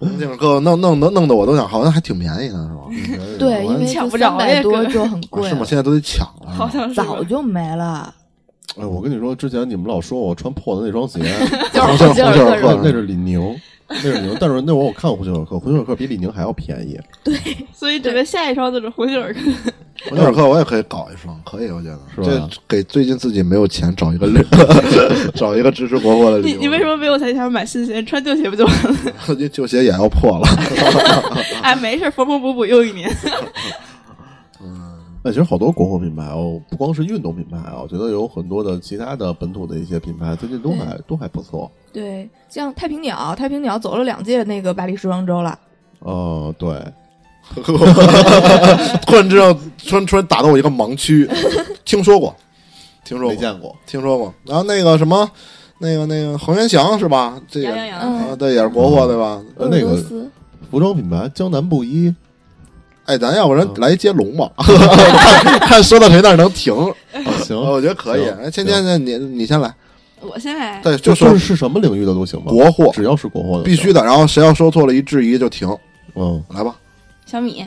鸿星尔克弄弄弄弄得我都想，好像还挺便宜呢，是吧？
嗯
对，因为
抢
就
不着
三百
呀
多
哥
就很
啊
贵
是吗？
了，
现在都得抢 了。
好像是吧
早就没了。
哎，我跟你说，之前你们老说我穿破的那双 鞋，
就是
红
红
星
星儿
儿红星
克
儿克
是
那
吧
那是李宁，那是李宁。但是那会儿我看过红星尔克，红星尔克比李宁还要便宜。
所以准备下一双就是红星儿克。
红星尔克我也可以搞一双，可以，我觉得
是吧
这给最近自己没有钱找一个 理，找一个支持国货的理
你
由。
你为 什么 没有才想买新鞋？穿旧鞋不就 完了？
么旧鞋也要破 了？
哎，没事，缝缝补补又一年。
那其实好多国货品牌哦，不光是运动品牌啊，我觉得有很多的其他的本土的一些品牌，最近都还都还不错。
对，像太平鸟，太平鸟走了两届那个巴黎时装周了。
哦，对，
突然知道，突然突然打到我一个盲区，听说过，听说
没
过，
见过。
听说过。然后那个什么，那个那个恒源祥是吧？这也
杨洋洋，
嗯
啊，对，也是国货对吧？
呃，那
俄罗
个
斯
服装品牌江南布 衣，
哎，咱要不然
嗯
来一接龙吧，看看说到谁那儿能停。
啊行
我觉得可以。
行
哎芊芊，那你你先来，
我先来，
对，
就
说
是是什么领域的都行吧，
国货
只要是国货的
必须
的，
的。然后谁要说错了，一质疑就停，
嗯，
来吧。
小米，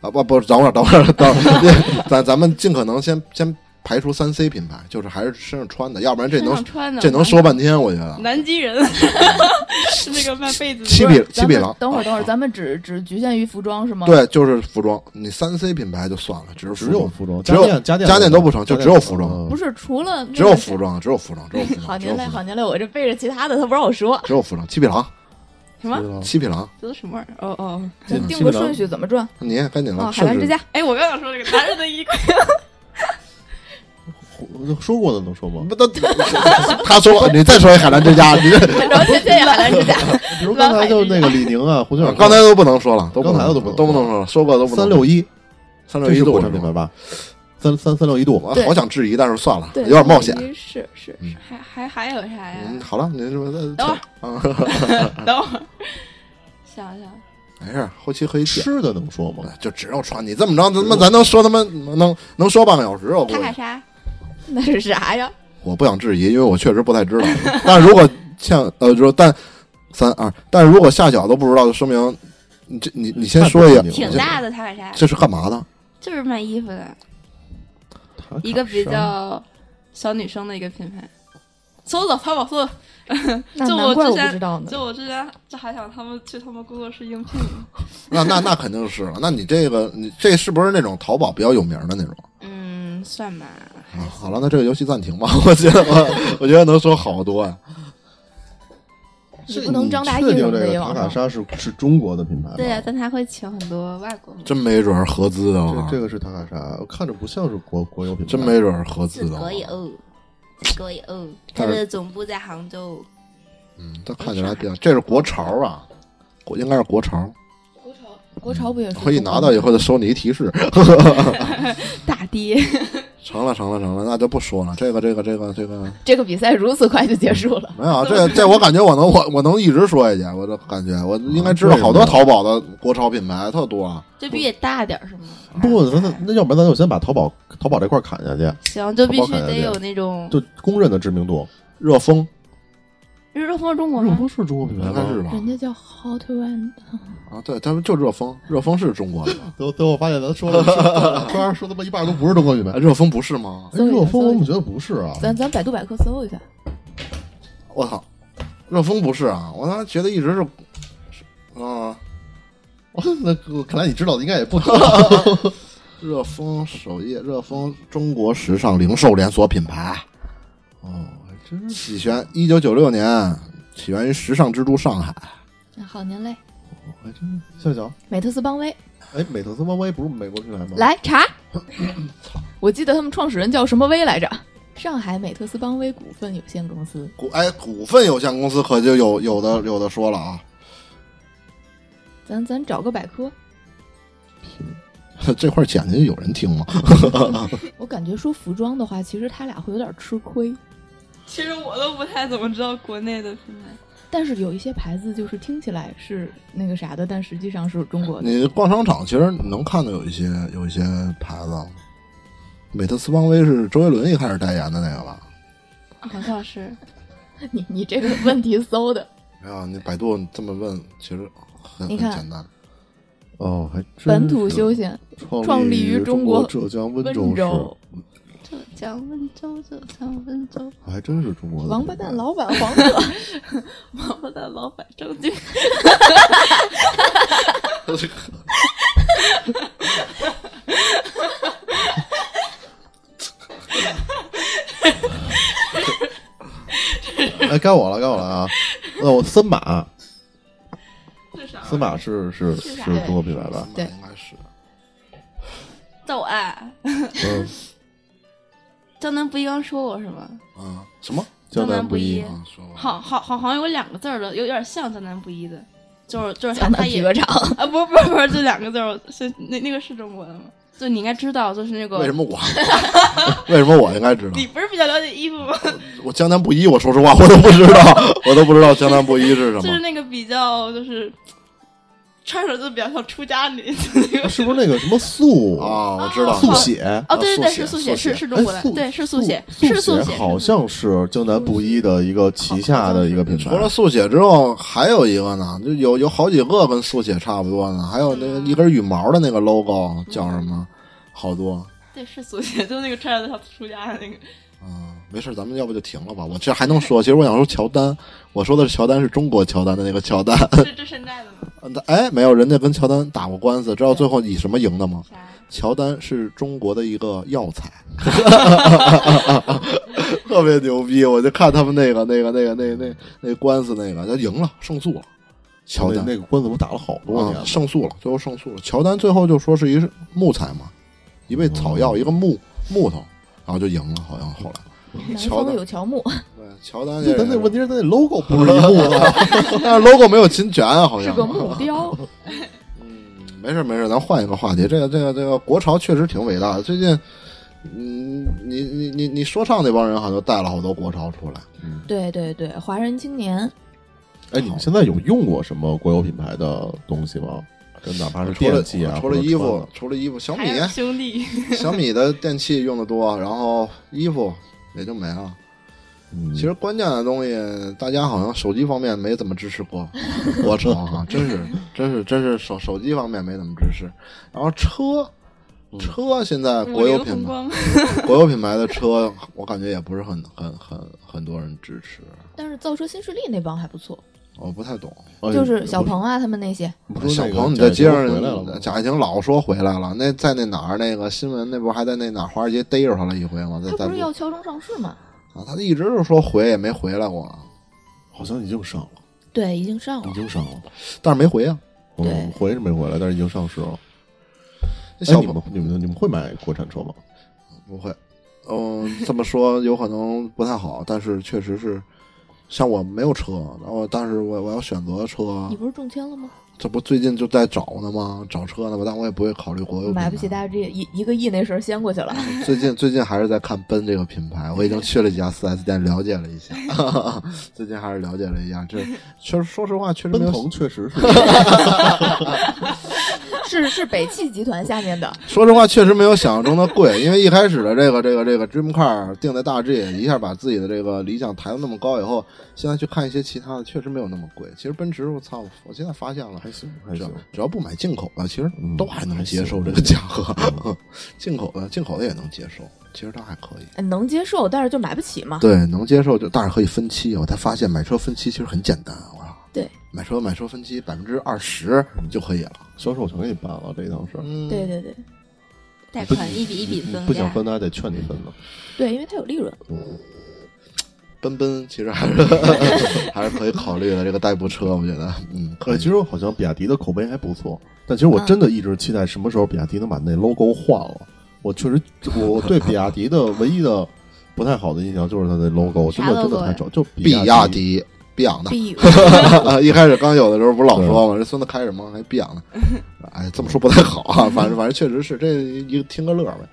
啊不不，等会儿等会儿等会 儿，咱咱们尽可能先先排除三 C 品牌，就是还是身上穿的，要不然这
身上
啊
能
穿的，
这能说半天，我觉得。
南极 人，是那个卖被子的。
七
不是
匹七
咱
匹
们
狼，
等会
哦
儿，等会儿，
啊
咱们只只局限于服装是吗？，
对，就是服装，你三 C 品牌就算了，只是服
只有
装，
服装，
只有
家电嗯
家电都
不
不成就只有服装
不是除了那
只有
个
服装，只有服装，只有服装，
好
只有
您嘞，
服装
好您嘞，我这背着其他的，他不让我说，
只有服装，七匹狼，
什么？
啊
七匹狼，
这都什么玩意儿？哦哦，
定个顺序怎么转？
你赶紧
啊，
了，
海澜之家，
哎，我刚想说这个男人的衣柜，
说过的能说吗？
不都他 说你再说一海澜之家，你这
然后谢 谢海澜之家，
比如刚才就是那个李宁 啊，胡俊尔，
刚才都不能说了，都
刚才
都
都不
都不能说了，说过都不能
三六
一
一，
三六
这
一
是
度
国产品牌吧？啊三三三六一度，
我
对
好想质疑，但是算了，
对
有点冒险。
啊
是是
嗯
是，还还还有啥呀？
嗯，好了，您说
等会儿，
啊，
等会儿，想想，
没事，后期可以剪。
吃的能说吗？
就只有穿，你这么着，咱们咱能说他妈能能说半个小时，我估
塔卡
计。
莎，
那是啥呀？
我不想质疑，因为我确实不太知道。 但如果像呃，说但三二，但如果下脚都不知道，就说明你这你你先说一
太
下，
不
挺大的塔卡莎，
这是干嘛的？
就是卖衣服的
塔哎卡
一个比
莎
较小女生的一个品牌。搜搜淘宝搜搜，
那
就
难
我
怪
之
我不知
前，
道呢。
就我之前这还想他们去他们工作室应聘呢。
那那那肯定是了。那你这个你这是不是那种淘宝比较有名的那种？
嗯，算吧。
啊，好了，那这个游戏暂停吧。 我觉得我我觉得能说好多呀、
你不能张大
确
奕什
定
么
这
的
个
也
塔
往
卡
上。
莎是是中国的品牌吗？
对
啊
呀，但他会请很多外国模特
真没准儿合资的了
这，这个是塔卡莎，我看着不像是国国有品牌，
真没准儿合资
是
的了
可。以
呃
哦，可以哦。它
但是
的总部在杭州，
嗯，它看起来比较，这是国潮啊，国应该是国潮。
国潮不也是
可以拿到以后就收你一提示。
大爹，
成了，成了，成了，那就不说了。这个，这个，这个，这个
这个比赛如此快就结束了。
没有啊，这这我感觉我能我我能一直说下去，我这感觉我应该知道
对
好多淘宝的国潮品牌特多啊。
这必须得大点儿是吗？
不过咱咱那要不然咱就先把淘宝淘宝这块儿砍下去，
行，就必
淘宝
须
看下
得
去
有那种。
就公认的知名度。
热风
日热风中国
热
吗？
风是中国品牌
应该
吗？
是吧？
家叫 Hot One，
啊，对，他们就热风，热风是中国的 吧？
都都我发现咱说了突然说他妈一半都不是中国品牌
啊。热风不是吗？
哎热风我怎么觉得不是啊？
咱咱百度百科搜一下，
我操，热风不是啊！我当时觉得一直是，是啊，
那我看来你知道的应该 也不哦多。
热风首页，热风中国时尚零售连锁品牌。
哦，还真是
起源一九九六年，起源于时尚之都上海。
好您嘞，
还真笑笑。
美特斯邦
嗯
威
哎，美特斯邦威不是美国品牌吗？，
来查， 我记得他们创始人叫什么威来着？上海美特斯邦威股份有限公司，
股哎，股份有限公司可就有有的有的说了啊，
咱咱找个百科，
这块剪辑有人听吗？
我感觉说服装的话，其实他俩会有点吃亏，
其实我都不太怎么知道国内的品牌。
但是有一些牌子就是听起来是那个啥的，但实际上是中国的。
你逛商场其实你能看到有一些有一些牌子，啊美特斯邦威是周杰伦一开始代言的那个吧？
好像是，
你你这个问题搜的，
没有，你哎百度这么问其实很很
你看
简单。
哦，还真是
本土休闲，
创
创立
立
于
中
中国
浙江温
温
州
州
市，
浙江温州，浙江温州，
还真是中国的
王
品
八
牌。
蛋 老板黄鹤，
王八蛋老板正经。
哎，该我了，该我了啊！那我森马，森马是是是中国品牌吧？
对
应该是
走啊！
嗯，
江南不一刚说过是吗？
啊，什么
江南
南
不
不
一
一
啊？说吧
好好好，好像有两个字儿的，有点像江南不一的，就是就是他
江
他
南皮
也
革厂，
啊，不不不，就两个字儿，是那那个是中国的吗？就你应该知道，就是那个
为什 么我为什么我应该知道
你？不是比较了解衣服吗？
我江南布衣，我说实话我都不知道，我都不知道江南布衣是什
就是
么。
那个比较就是穿上就比较像出家女子那个。
哎是不是那个什么素
啊，我知道
速写？
哦，对对
啊
对，
速
是
写
速
速
写，
写
是是中国
哎
的
速，
对，是速写，
速
是速
写
写，
好像是江南布衣的一个旗下的一个品牌
除。了速写之后，还有一个呢，就有有好几个跟速写差不多呢，还有那个一根羽毛的那个 logo 叫什么？好多
对，是速写，就那个穿上像出家的那个。
啊，没事，咱们要不就停了吧。我这还能说，其实我想说乔丹，我说的是乔丹是中国乔丹的那个乔丹。
这这现在的吗？
哎，没有，人家跟乔丹打过官司，知道最后以什么赢的吗？
啥？
乔丹是中国的一个药材， 特别牛逼。我就看他们那个、那个、那个、那、那、那官司，那个他赢了，胜诉了。乔
那
丹
那个官司我打了好多年
啊
了，
胜诉了，最后胜诉了。乔丹最后就说是一木材嘛，一味草药，一个木木头，然后就赢了，好像后来。
南
乔
方
丹
有乔木，
对，乔丹
那
这
咱那
人
问题是咱那 logo 不是一路的，
但是 logo 没有侵权啊，好像
是个木雕，
没事没事，咱换一个话题。这个这个这个国潮确实挺伟大的。最近，嗯，你你你你说唱那帮人好像带了好多国潮出来。
对对对，华人青年，
哎，你们现在有用过什么国有品牌的东西吗？就哪怕是
除了
电器啊，
除了衣
或者
服
穿的，
除了衣服，小米啊
还有兄弟，
小米的电器用的多，然后衣服也就没了。
嗯
其实关键的东西，大家好像手机方面没怎么支持 过国潮哈，真是真是真是手手机方面没怎么支持。然后车，
嗯
车现在
五
国有
菱
品
宏
牌。
光吗？
国有品牌的车，我感觉也不是很很很很多人支持，
但是造车新势力那帮还不错，
我不太懂。
哎
就是小，鹏啊他们那些，
不是
小
那个
鹏，你在街上
贾跃亭回来了吗？
贾跃亭老说回来了，那在那哪儿那个新闻那不是还在那哪儿华尔街逮着他了一回吗？在
他
在
不是要敲钟上市吗？
嗯
啊，他一直就说回也没回来过，啊
好像已经上了，
对，已经上了
已。经上了，
但是没回啊。
对
嗯，回是没回来，但是已经上市了。
那
哎，
小
你
鹏
们你们你们会买国产车吗？
不会，嗯，这么说有可能不太好，但是确实是，像我没有车，然后但是我我要选择车
嗯
你，不是中签了吗？
这不最近就在找呢吗？找车呢吗？但我也不会考虑国有品牌。
买不起大 G，一一个亿那时候掀过去 了。
最近最近还是在看奔这个品牌，我已经去了几家 4S 店了解了一下， 最近还是了解了一下。这确实，说实话，确实没
奔
有。
腾确实是，
是是北汽集团下面的，
说实话，确实没有想象中的贵， 因为一开始的这个这个这个 Dream Car 定在大 G，一下把自己的这个理想抬到那么高以后，现在去看一些其他的，确实没有那么贵。其实奔驰，我操，我现在发现了。
还行还
只要
行。
只要不买进口的，其实
嗯
都还能
还
接
行
受这个价格。
嗯
进口的，进口的也能接受，其实它还可以。
哎能接受，但是就买不起嘛。
对，能接受就，但是可以分期。我才发现买车分期其实很简单，我操。
对，
买车买车分期百分之二十
嗯
就可以了。
销售全给你办了这一档事儿，
嗯，
对对对
贷款一笔一笔啊增
不想
加。
分的还得劝你分呢。
对，因为它有利润。
奔奔其实还是 还是可以考虑的，这个代步车我觉得，嗯，可
呃，
以。
其实好像比亚迪的口碑还不错，但其实我
嗯
真的一直期待什么时候比亚迪能把那 logo 换了。我确实，我对比亚迪的唯一的不太好的印象就是它的 logo，真
啥
的真
logo
的
呀
太丑，就
比
比
亚
迪。
迪，比昂 的。
B E
一开始刚有的时候不是老说吗？这孙子开什么还比昂的？哎，这么说不太好啊。反正反正确实是这一个听个乐儿呗。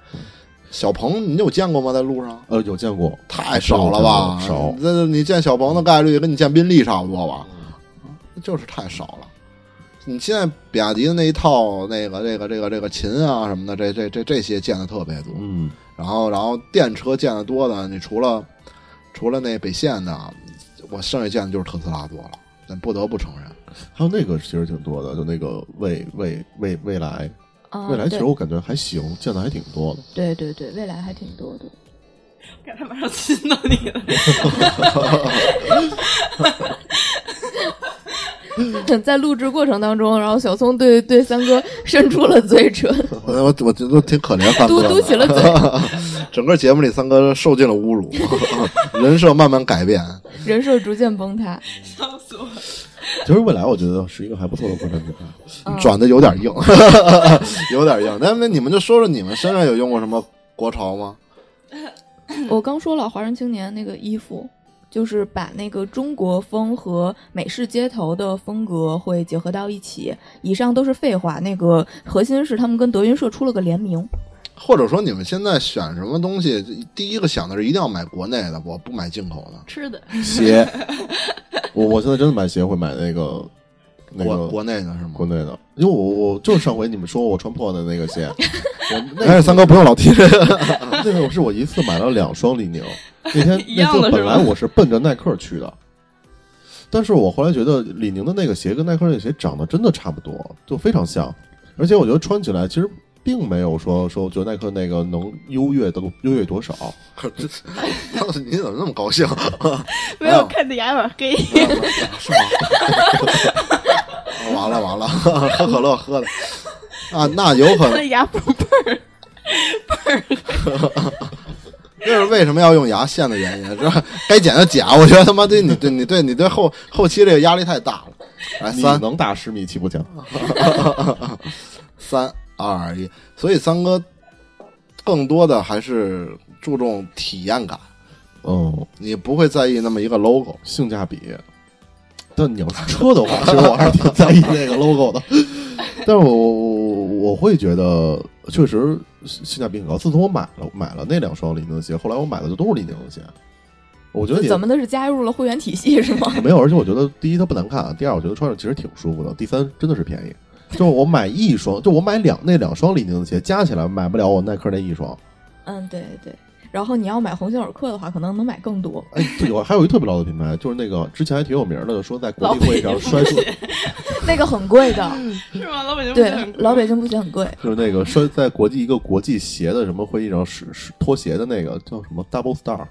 小鹏，你有见过吗？在路上
呃，有见过，
太少了吧？
少
这这你见小鹏的概率跟你见宾利差不多吧？就是太少了。你现在比亚迪的那一套，那个、这个、这个、这个秦啊什么的，这、这、这这些见的特别多。
嗯，
然后，然后电车见的多的，你除了除了那北线的，我剩下见的就是特斯拉多了。咱不得不承认，
还有那个其实挺多的，就那个未未未未来，
啊，
未来其
对
实我感觉还行，见的还挺多的。
对对对，未来还挺多的。
感觉马上亲到你了。
在录制过程当中，然后小松对对三哥伸出了嘴唇，
我我我觉得挺可怜三
嘟
哥
嘟
的，
起 了嘴，
整个节目里三哥受尽了侮辱， 人设慢慢改变。
人设逐渐崩塌。
其实未来我觉得是一个还不错的国产品牌。
转的有点硬， 有点硬。那那你们就说说你们身上有用过什么国潮吗？
我刚说了，华人青年那个衣服，就是把那个中国风和美式街头的风格会结合到一起。以上都是废话，那个核心是他们跟德云社出了个联名。
或者说你们现在选什么东西，第一个想的是一定要买国内的，我不买进口的。
吃的，
鞋，我我现在真的买鞋会买那个那
国
个
国内的是吗？
国内的，因为我我就是上回你们说我穿破的那个鞋，我那
哎，三哥不用老提这个，
那个是我一次买了两双李 宁，那天
一
那
样
次
的是
本
吧
来我是奔着耐克去的，但是我后来觉得李宁的那个鞋跟耐克那个鞋长得真的差不多，就非常像，而且我觉得穿起来其实并没有说说我觉得耐克那个能优越的优越多少，
当时你怎么那么高兴？ 哎
没有看的眼有点黑。
啊是吗？ 完了完了， 喝可乐喝的啊，那有可能
那 牙不
这是为什么要用牙线的原因，是吧？该剪就剪，我觉得他妈对你对你对你对后后期这个压力太大了。来
你
三
能打十米气步嗯枪，
三二一，所以三哥更多的还是注重体验感，
嗯，
你不会在意那么一个 logo。
性价比。但你要是车的话，其实我还是挺在意那个 logo 的。但是我我我我会觉得，确实性价比很高。自从我买了买了那两双李宁的鞋，后来我买的就都是李宁的鞋。我觉得也
怎么的是加入了会员体系是吗？
没有，而且我觉得第一它不难看，第二我觉得穿上其实挺舒服的，第三真的是便宜。就我买一双，就我买两那两双李宁的鞋加起来买不了我耐克那一双。
嗯，对对。然后你要买鸿星尔克的话，可能能买更多。
哎，对，有还有一特别老的品牌，就是那个之前还挺有名的，说在国际会议上摔出
那个很贵的，
是吗？老北京
对，老北京布嗯鞋很贵。
就是那个摔在国际一个国际鞋的什么会议上是是脱鞋的那个叫什么 Double Star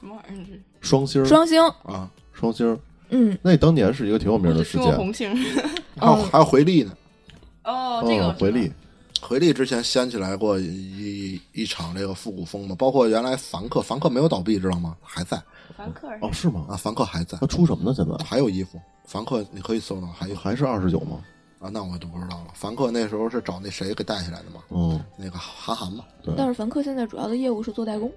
什么玩意儿？
双星儿
双星，
啊，
双星儿，
嗯，
那当年是一个挺有名
我
的事
只吃过
件，
红杏。
还有、还有回力呢，
哦，这个
嗯
我，知道
回力，
回力之前掀起来过一一场这个复古风嘛，包括原来凡客，凡客没有倒闭，知道吗？还在
凡客人
哦，是吗？
啊，凡客还在
他，出什么呢？现在
还有衣服，凡客你可以搜到，还有
还是二十九吗？
啊，那我就不知道了。凡客那时候是找那谁给带起来的嘛，
嗯，
那个韩寒嘛，
但是凡客现在主要的业务是做代工，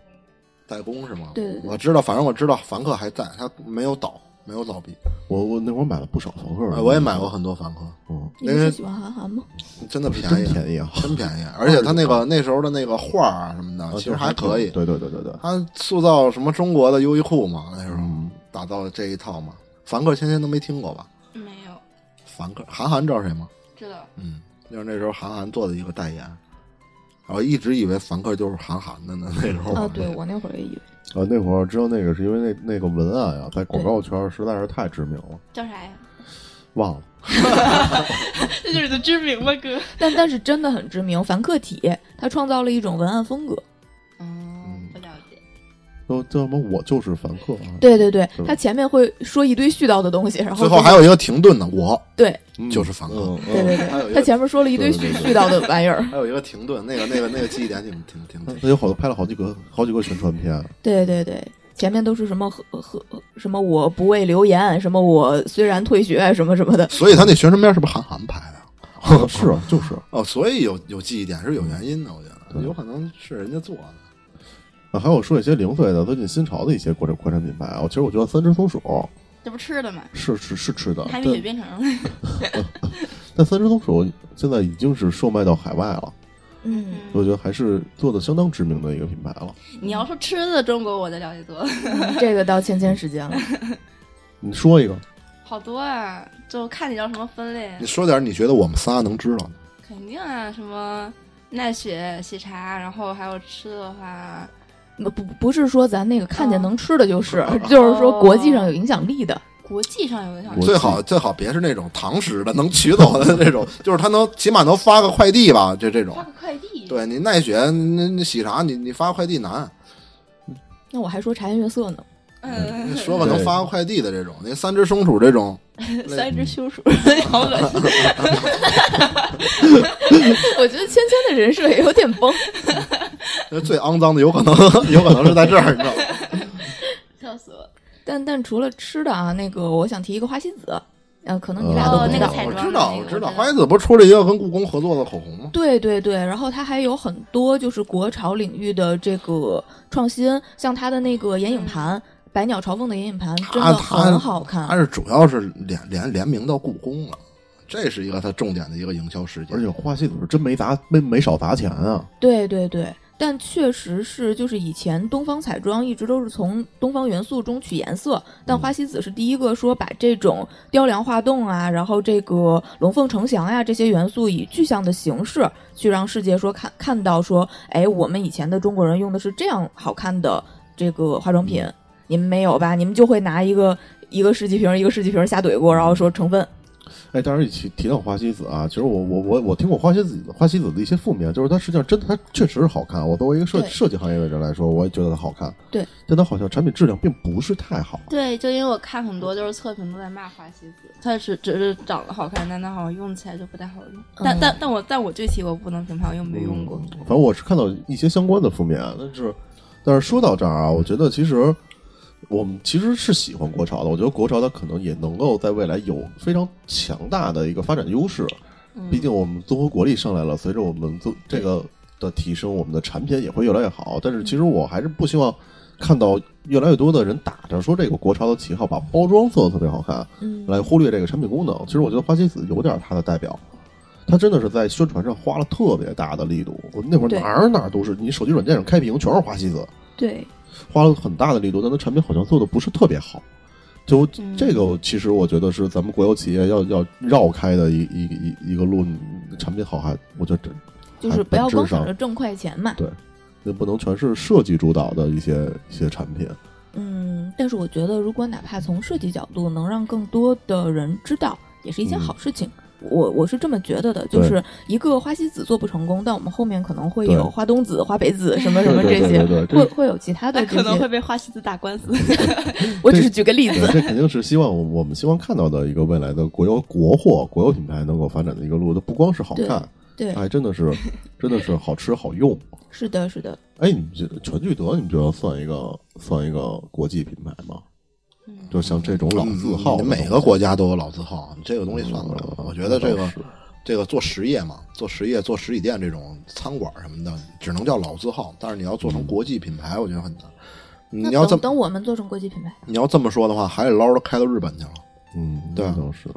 代工是吗？
对对对
我知道，反正我知道凡客还在，他没有倒，没有倒闭。
我我那会儿买了不少房客
哎
的，
我也买过很多凡客，
嗯，
你们是喜欢韩寒吗？
真的
是
便
真
宜，
便宜啊，
真便宜。而且他那个那时候的那个画儿啊什么的，
啊
其实还可以。
对对对对对，
他塑造什么中国的优衣库嘛，那时候打造这一套嘛。凡客天天都没听过吧？
没有，
凡客，韩寒知道谁吗？
知道
嗯，就是那时候韩寒做的一个代言。然后一直以为凡客就是韩寒的呢，那时候
啊，对我那会儿也以为
啊，那会儿知道那个是因为那那个文案啊，在广告圈儿实在是太知名了，
叫啥呀？
忘了。
这就是你的知名吗，哥？
但但是真的很知名。凡客体，他创造了一种文案风格。
嗯，不了解。
都叫什么？我就是凡客啊，
对对对
是，吧
他前面会说一堆絮叨的东西，然后
最后
就
还有一个停顿呢，我
对
嗯
就是凡客。
嗯
对对
嗯，
还有
对，
一个
他前面说了一堆絮
对对对
絮叨的玩意儿。
还有一个停顿，那个那个 那个记忆点挺挺挺挺
他有好多拍了好几个好几个宣传 片，
对对对，前面都是什么和和什么我不畏流言，什么我虽然退学，什么什么的。
所以他那宣传片是不是韩寒拍的？
啊是啊，就是
哦，所以有有记忆点是有原因的，我觉得有可能是人家做的。
啊，还有说一些零碎的，最近新潮的一些国产国产品牌啊，其实我觉得三只松鼠
这不吃的吗？
是是是吃的，
还
但
没雪变成了。
但三只松鼠现在已经是售卖到海外了，
嗯，
我觉得还是做的相当知名的一个品牌了。
你要说吃的，中国我的了解多了，
这个到芊芊时间了。
你说一个，
好多啊，就看你要什么分类
嗯
你，说点你觉得我们仨能知道的？
肯定啊，什么奈雪、喜茶，然后还有吃的话，
不不不是说咱那个看见能吃的，就是、
哦
就是说国际上有影响力的。
国际上有一项
我
最好最好别是那种堂食的，能取走的那种，就是他能起码能发个快递吧，就这种
发。个快递，
对你奈雪，那那喜茶，你你发快递 难，
那我还说茶颜悦色呢，
嗯，
你说吧，
对
能发个快递的这种，那三只松鼠这种，
三只松 鼠，好恶心。
我觉得芊芊的人设也有点崩。
那最肮脏的有可能 有可能是在这儿，你知道吗？
笑死我了！
但但除了吃的啊，那个我想提一个花西子，呃，可能你俩都
哦
不，知
那
道。
个彩
我
妆的那
知
个，
道，我知道，花
欢
西子不是出了一个跟故宫合作的口红吗？
对对对，然后它还有很多就是国潮领域的这个创新，像它的那个眼
嗯
影盘，百鸟朝凤的眼影
啊
盘真
它
的
它
很好看
它。是主要是联联联名到故宫了，这是一个它重点的一个营销事件
而。且花西子是真没砸没没少砸钱啊，
对对对，但确实是，就是以前东方彩妆一直都是从东方元素中取颜色，但花西子是第一个说把这种雕梁画栋啊，然后这个龙凤呈祥呀、这些元素以具象的形式去让世界说看看到说，哎，我们以前的中国人用的是这样好看的这个化妆品，你们没有吧？你们就会拿一个一个世纪瓶一个世纪瓶瞎怼过，然后说成分。
哎，当然一提提到花西子啊，其实我我我我听过花西子花西子的一些负面，就是它实际上真的它确实是好看。我作为一个设
对
设计行业的人来说，我也觉得它好看。
对，
但它好像产品质量并不是太好。啊
对，就因为我看很多就是测评都在骂花西子，它是只是长得好看，但它好像用起来就不太好用。
嗯
但、但但我但我这期我不能评判，我又没用过。
嗯反正我是看到一些相关的负面，但是但是说到这儿啊，我觉得其实我们其实是喜欢国潮的，我觉得国潮它可能也能够在未来有非常强大的一个发展优势。
嗯
毕竟我们综合国力上来了，随着我们综这个的提升，我们的产品也会越来越好。但是其实我还是不希望看到越来越多的人打着说这个国潮的旗号，把包装做的特别好看，
嗯
来忽略这个产品功能。其实我觉得花西子有点它的代表，它真的是在宣传上花了特别大的力度。我那会儿
对
哪儿哪儿都是，你手机软件上开屏全是花西子，
对，
花了很大的力度，但它产品好像做的不是特别好。就
嗯
这个，其实我觉得是咱们国有企业要要绕开的一一一一个路，产品好还，我觉得这
就是不要光想
还本质
着
上
挣快钱嘛。
那不能全是设计主导的一些一些产品。
嗯，但是我觉得，如果哪怕从设计角度能让更多的人知道，也是一件
嗯
好事情。我我是这么觉得的，就
对
是一个花西子做不成功，但我们后面可能会
对
有花东子、花北子什么什么这
对对
些，
对对对
会会有其他的
那
这
可能会
些。
被花西子打官司。
我只是举个例
对
子，
这肯定是希望我我们希望看到的一个未来的国有国货、国有品牌能够发展的一个路。它不光是好看，
对，
哎，真的 是真的是好吃好用。
是的，是的，
哎，你们觉得全聚德，你们觉得算一个算一个国际品牌吗？就像这种老字号的
嗯
东西，
每个国家都有老字号，这个东西算不了。
嗯
我觉得这
倒
个
是
这个做实业嘛，做实业、做实体店这种餐馆什么的，只能叫老字号。但是你要做成国际品牌，我觉得很难。你
那
要这
等
么
等我们做成国际品牌，
你要这么说的话，海底捞都开到日本去了。
嗯，
对啊
倒是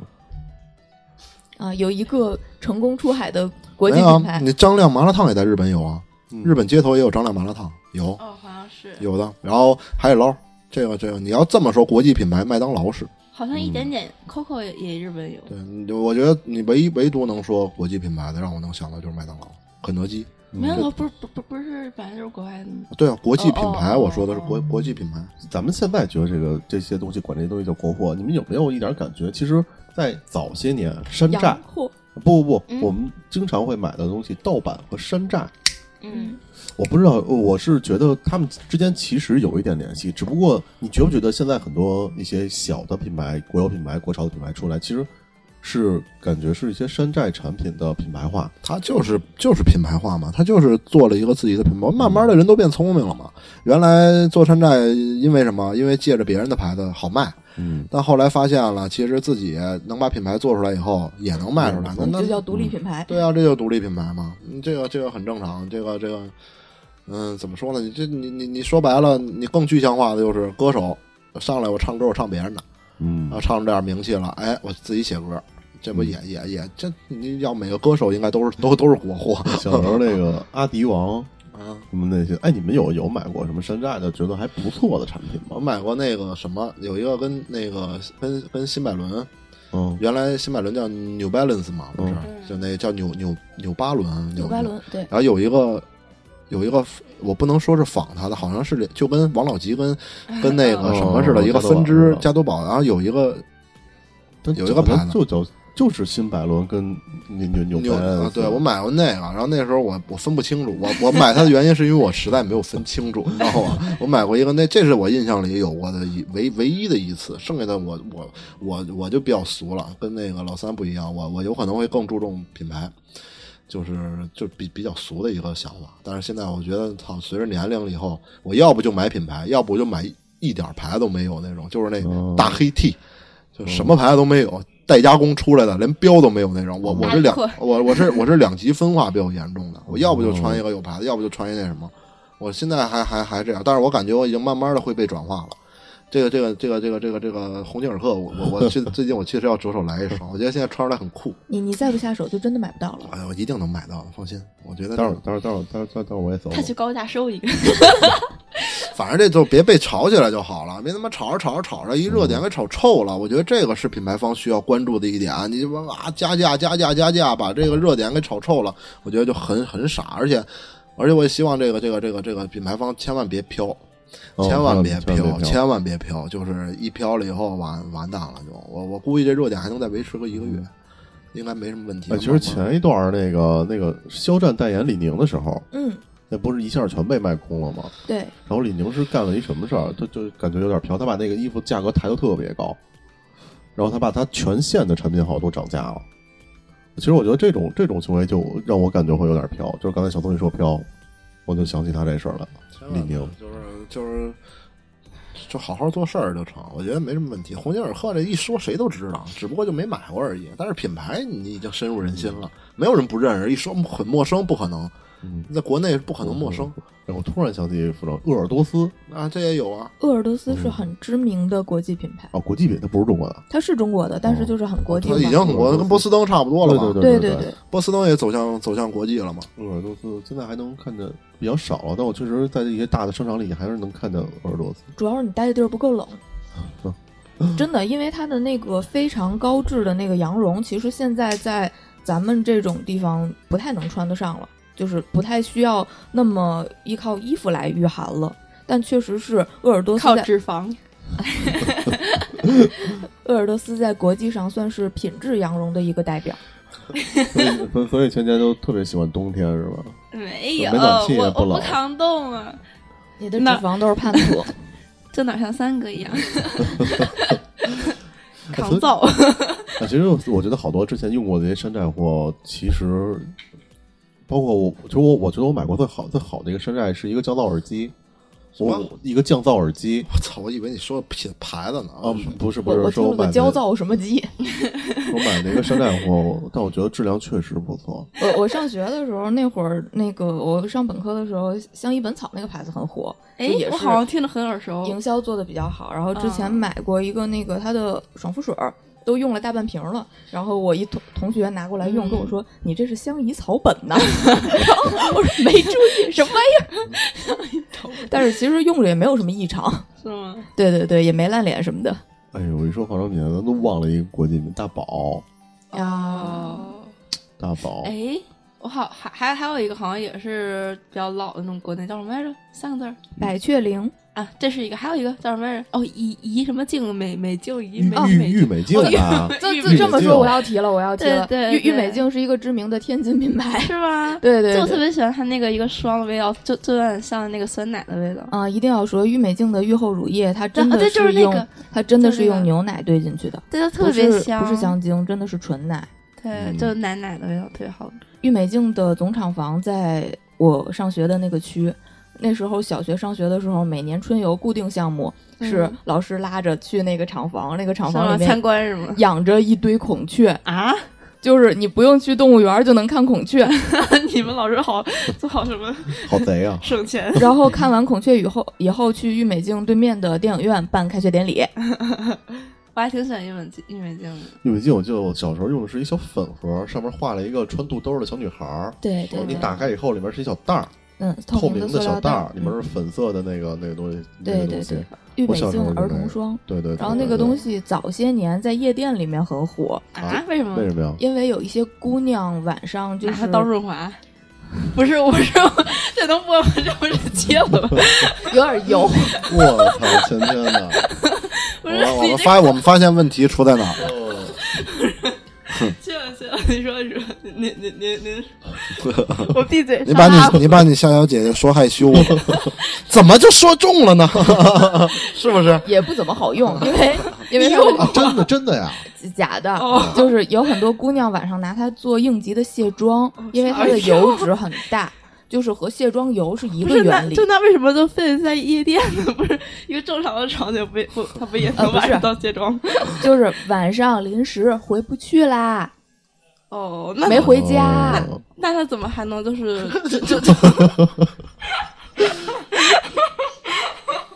啊、有一个成功出海的国际
没有
品
啊，
牌，
你张亮麻辣烫也在日本有啊，
嗯
日本街头也有张亮麻辣烫，有
哦，好像是，
有的。然后海底捞，这个这个，你要这么说，国际品牌麦当劳是。
好像一
嗯
点点。Coco 也也日本有，
对，你就我觉得你唯一唯独能说国际品牌的，让我能想到就是麦当劳、肯德基。
没
嗯
有，不是不不不是，本来就是国外的吗。
对啊，国际品牌，
哦哦
我说的是国国际品牌。
咱们现在觉得这个这些东西管这些东西叫国货，你们有没有一点感觉？其实，在早些年，山寨
洋货，
不不不，
嗯
我们经常会买的东西，盗版和山寨，
嗯，
我不知道，我是觉得他们之间其实有一点联系，只不过你觉不觉得现在很多一些小的品牌、国有品牌、国潮的品牌出来，其实是感觉是一些山寨产品的品牌化。
它就是就是品牌化嘛，它就是做了一个自己的品牌。慢慢的人都变聪明了嘛。原来做山寨，因为什么？因为借着别人的牌子好卖。
嗯，
但后来发现了，其实自己能把品牌做出来以后，也能卖出来。那
就
那
叫独立品牌。
对啊，这就是独立品牌嘛，嗯这个这个很正常。这个这个，嗯，怎么说呢？你这你你你说白了，你更具象化的就是歌手上来我唱歌，我唱别人的，
嗯
啊，唱出点名气了，哎，我自己写歌，这不也也也这你要每个歌手应该都是 都都是国货
小时候那个阿迪王
啊。
什么那些，哎，你们有有买过什么山寨的，觉得还不错的产品吗？
我买过那个什么，有一个跟那个跟跟新百伦，
嗯，
原来新百伦叫 New Balance 嘛，不是，
嗯
就那叫纽纽纽巴伦，
纽巴伦，对，
然后有一个有一个，我不能说是仿他的，好像是就跟王老吉跟跟那个
哦
什么似的，一个分支加多宝，然后有一个
但
有一个牌
好
子
像就叫就是新百伦跟牛牛
纽
牛
啊
排，，
对我买过那个，然后那时候我我分不清楚，我我买它的原因是因为我实在没有分清楚，你知道吗？我买过一个，那这是我印象里有过的一唯唯一的一次，剩下的我我我我就比较俗了，跟那个老三不一样，我我有可能会更注重品牌。就是就比比较俗的一个想法，但是现在我觉得，操，随着年龄了以后，我要不就买品牌，要不我就买一点牌都没有那种，就是那
哦
大黑 T，、就什么牌子都没有，代加工出来的，连标都没有那种。我我是两
耐克
我我是我是两极分化比较严重的，我要不就穿一个有牌子，要不就穿一那什么。我现在还还还这样，但是我感觉我已经慢慢的会被转化了。这个这个这个这个这个这个红警尔克，我我我最最近我其实要着手来一双，我觉得现在穿出来很酷，
你你再不下手就真的买不到了。
哎呀，我一定能买到的，放心，我觉得
待会儿，待会儿，待会儿，待会儿，待会儿，待会儿我也走了
他。去高价收一个，
反正这就别被炒起来就好了，别他妈炒着炒着炒着一
嗯
热点给炒臭了。我觉得这个是品牌方需要关注的一点啊，你就往啊加价加价加价，把这个热点给炒臭了，我觉得就很很傻。而且而且我也希望这个这个这个这个品牌方千万别飘，
哦
千万别
千万别飘
千万别飘，就是一飘了以后完完蛋了就。我我估计这热点还能再维持个一个月，应该没什么问题。
嗯哎，其实
慢慢
前一段儿那个那个肖战代言李宁的时候，
嗯，
那不是一下全被卖空了吗？
对，
然后李宁是干了一什么事儿？他就感觉有点飘，他把那个衣服价格抬得特别高，然后他把他全线的产品好都涨价了。其实我觉得这种这种行为就让我感觉会有点飘，就是刚才小东你说飘，我就想起他这事儿来了。李宁
就是就是就好好做事儿就成，我觉得没什么问题。红警尔克这一说谁都知道，只不过就没买过而已。但是品牌你已经深入人心了，没有人不认识，一说很陌生不可能，
嗯
在国内不可能陌生、
然后突然想起服装鄂尔多斯
啊，这也有啊。
鄂尔多
嗯
斯是很知名的国际品牌，
啊，国际品它不是中国的，
它是中国的，
哦
但是就是很国际
它
化。
已经很国跟波司登差不多了吧？
对
对
对
对，
波司登也走向走向国际了嘛。
鄂尔多斯现在还能看见比较少了，但我确实在一些大的商场里还是能看见鄂尔多斯。
主要是你待的地儿不够冷。
嗯
真的，因为它的那个非常高质的那个羊绒，其实现在在咱们这种地方不太能穿得上了，就是不太需要那么依靠衣服来御寒了。但确实是鄂尔多斯
靠
在
脂肪。
鄂尔多斯在国际上算是品质羊绒的一个代表。
所以所以所以全家都特别喜欢冬天是吧？
没有，
没暖气也
我
不
我
冷
不扛冻啊，
你的脂
那
肪都是叛 徒，
这哪像三哥一样？
所
扛
以
造，
啊，其实我觉得好多之前用过的这些山寨货，其实包括我，其实我我觉得我买过最好最好的一个山寨是一个降噪耳机，
么
我一个降噪耳机
我操，我以为你说品牌子呢
啊，不是不
我
是，说
我听
我
了
买
个
的
焦躁什么鸡。
我买的一个山寨货，但我觉得质量确实不错。
我我上学的时候那会儿，那个我上本科的时候，香衣本草那个牌子很火，
哎
就也，
我
是
好像听着很耳熟。
营销做的比较好。然后之前
嗯
买过一个那个它的爽肤水儿，都用了大半瓶了。然后我一同同学拿过来用，
嗯
跟我说：“你这是香姨草本 呐。”然后我说：“没注意，什么玩 意儿？”但是其实用着也没有什么异常，
是吗？
对对对，也没烂脸什么的。
哎呦，一说化妆品，咱都忘了一个国际名，大宝，
啊，
哦
大宝，
哎，我好还还还有一个好像也是比较老的那种国内叫什么来着？三个字儿
百雀羚，
啊，这是一个，还有一个叫什么来着？哦，怡怡什么静美美静怡
玉
美美
玉玉美啊净吧，
这
玉
这这
美
么
净
说我要提了，我要提了。
对对
郁郁
对
美净是一个知名的天津品牌，
是吧？
对对
嗯就我
对
特别喜欢它那个一个霜的味道，就就有点像那个酸奶的味道。
啊、一定要说郁美净的愈后乳液，它真
啊
的
对就是那
用、
个
它真的
就是那
是
个
用牛奶兑进去的，
对，就特别
不是
香，
不是香嗯精，真的是纯奶。
对，就是奶奶的味道特别好。
郁美净的总厂房在我上学的那个区，那时候小学上学的时候，每年春游固定项目是
嗯
老师拉着去那个厂房，那个厂
上
房
网
里
参
面
观是吗？
养着一堆孔雀，
啊，
就是你不用去动物园就能看孔雀，
你们老师好做好什么
好贼啊！
省钱？
然后看完孔雀以后，以后去郁美净对面的电影院办开学典 礼。
我还挺喜欢郁美净郁美净的。
玉美净，我记得我小时候用的是一小粉盒，上面画了一个穿肚兜的小女孩儿，
对对
你
对，
打开以后里面是一小袋儿，
嗯，
透
明
明
塑
的
料
小袋
儿
儿，，嗯里面是粉色的那个那个东西，那
对
个
对
东西
对，郁
我
美
小时候
净
就
儿
那
童
个
霜。
对对。
然后那
对
个
对
东西早些年在夜店里面很火，
啊？为什么？
为什么呀？
因为有一些姑娘晚上就
拿它
是
当润滑？不是，我是这能播吗？这不是接了吗？
有点油，
我操，前天呐！
不
我
是，
我
你
我发我们发现问题出在哪儿了？
哦
去了去了，你说你说，您您您 您，我闭嘴。
你把
撒拉
你你把你逍遥姐姐说害羞啊了， 怎么就说中了呢？ 是不是？
也不怎么好用，因为因为它
啊，真的真的呀！
是假的
哦，
就是有很多姑娘晚上拿它做应急的卸妆，
哦
因为它的
吓
油脂很大，就是和卸妆油是一
哎不
个
是那
原理
就。那为什么就非得在夜店呢？不是一个正常的场景，不也不他不也
呃
能
不是
晚上到卸妆吗？
就是晚上临时回不去啦，
哦，那
没回家。
哦
那他怎么还 能就是就就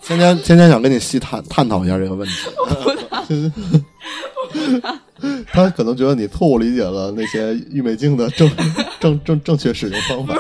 天天天天想跟你细探探讨一下这个问题。
他可能觉得你错误理解了那些郁美净的正正正正确使用方 法。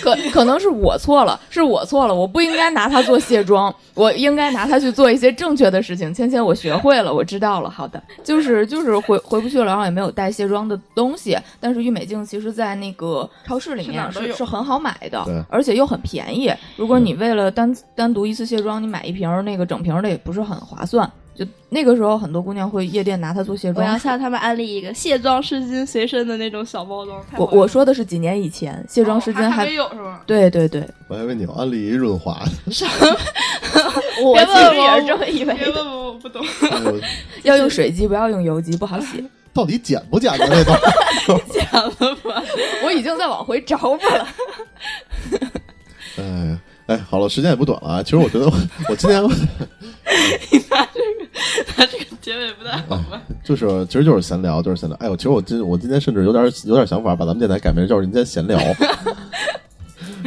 可可能是我错了， 是我错了，我不应该拿它做卸妆， 我应该拿它去做一些正确的事情。芊芊，我学会了，我知道了。好的，就是就是回回不去了，然后也没有带卸妆的东西。但是郁美净其实在那个超市里面是是很好买
对
的，而且又很便宜。如果你为了单单独一次卸妆，你买一瓶儿那个整瓶儿的也不是很划算。就那个时候，很多姑娘会夜店拿它做卸
我
妆。
要向他们安利一个卸妆湿巾随身的那种小包装。太
我
好用
我
了
说的是几年以前，卸妆湿巾
哦还
还
没有是吗？
对对对，
我还以为你要安利润滑，
我
别
其实
问我
也是这么以为
别
的。
问我，我不 懂。
我
要用水机，不要用油机，不好洗。
到底捡不捡的这 东西？
我已经在往回找补了。
哎哎，好了，时间也不短了啊。其实我觉得我我今天
他这个结尾不太好吧？
就是，其实就是闲聊，就是闲聊。哎呦，其实我今我今天甚至有点有点想法，把咱们电台改名叫“人间 闲聊”。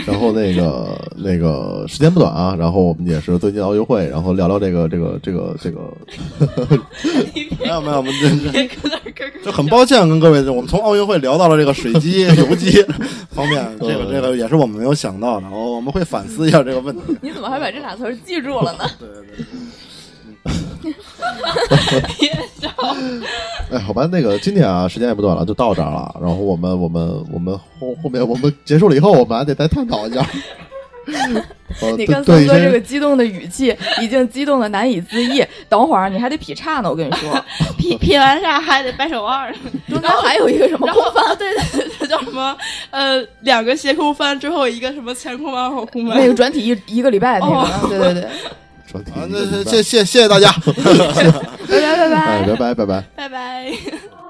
然后那个那个时间不短啊，然后我们也是最近奥运会，然后聊聊这个这个这个这个，
没有没有，我们这
别搁那儿咯咯
就很抱歉跟各位，我们从奥运会聊到了这个水 机、游机方面，这个这个也是我们没有想到的，我我们会反思一下这个问题。
你怎么还把这俩词儿记住了呢？
哎，好吧，那个今天啊，时间也不短了，就到这儿了。然后我们我们我们后后面我们结束了以后，我们还得再探 讨一下。呃，
你
对
看
对
三
一
哥
些
这个激动的语气，已经激动的难以自 抑。等会儿啊你还得劈叉呢，我跟你说，
劈劈完叉还得掰手腕儿，
中间还有一个什么
然
空
后啊对对，这叫什么？呃，两个斜空翻之后，一个什么前空翻后空翻
那。个转体一一个礼拜那个，对 对对，
专题
啊，
一个
那
礼拜，
谢谢谢谢大家。
拜拜拜拜
哎，。拜拜拜拜。
拜拜。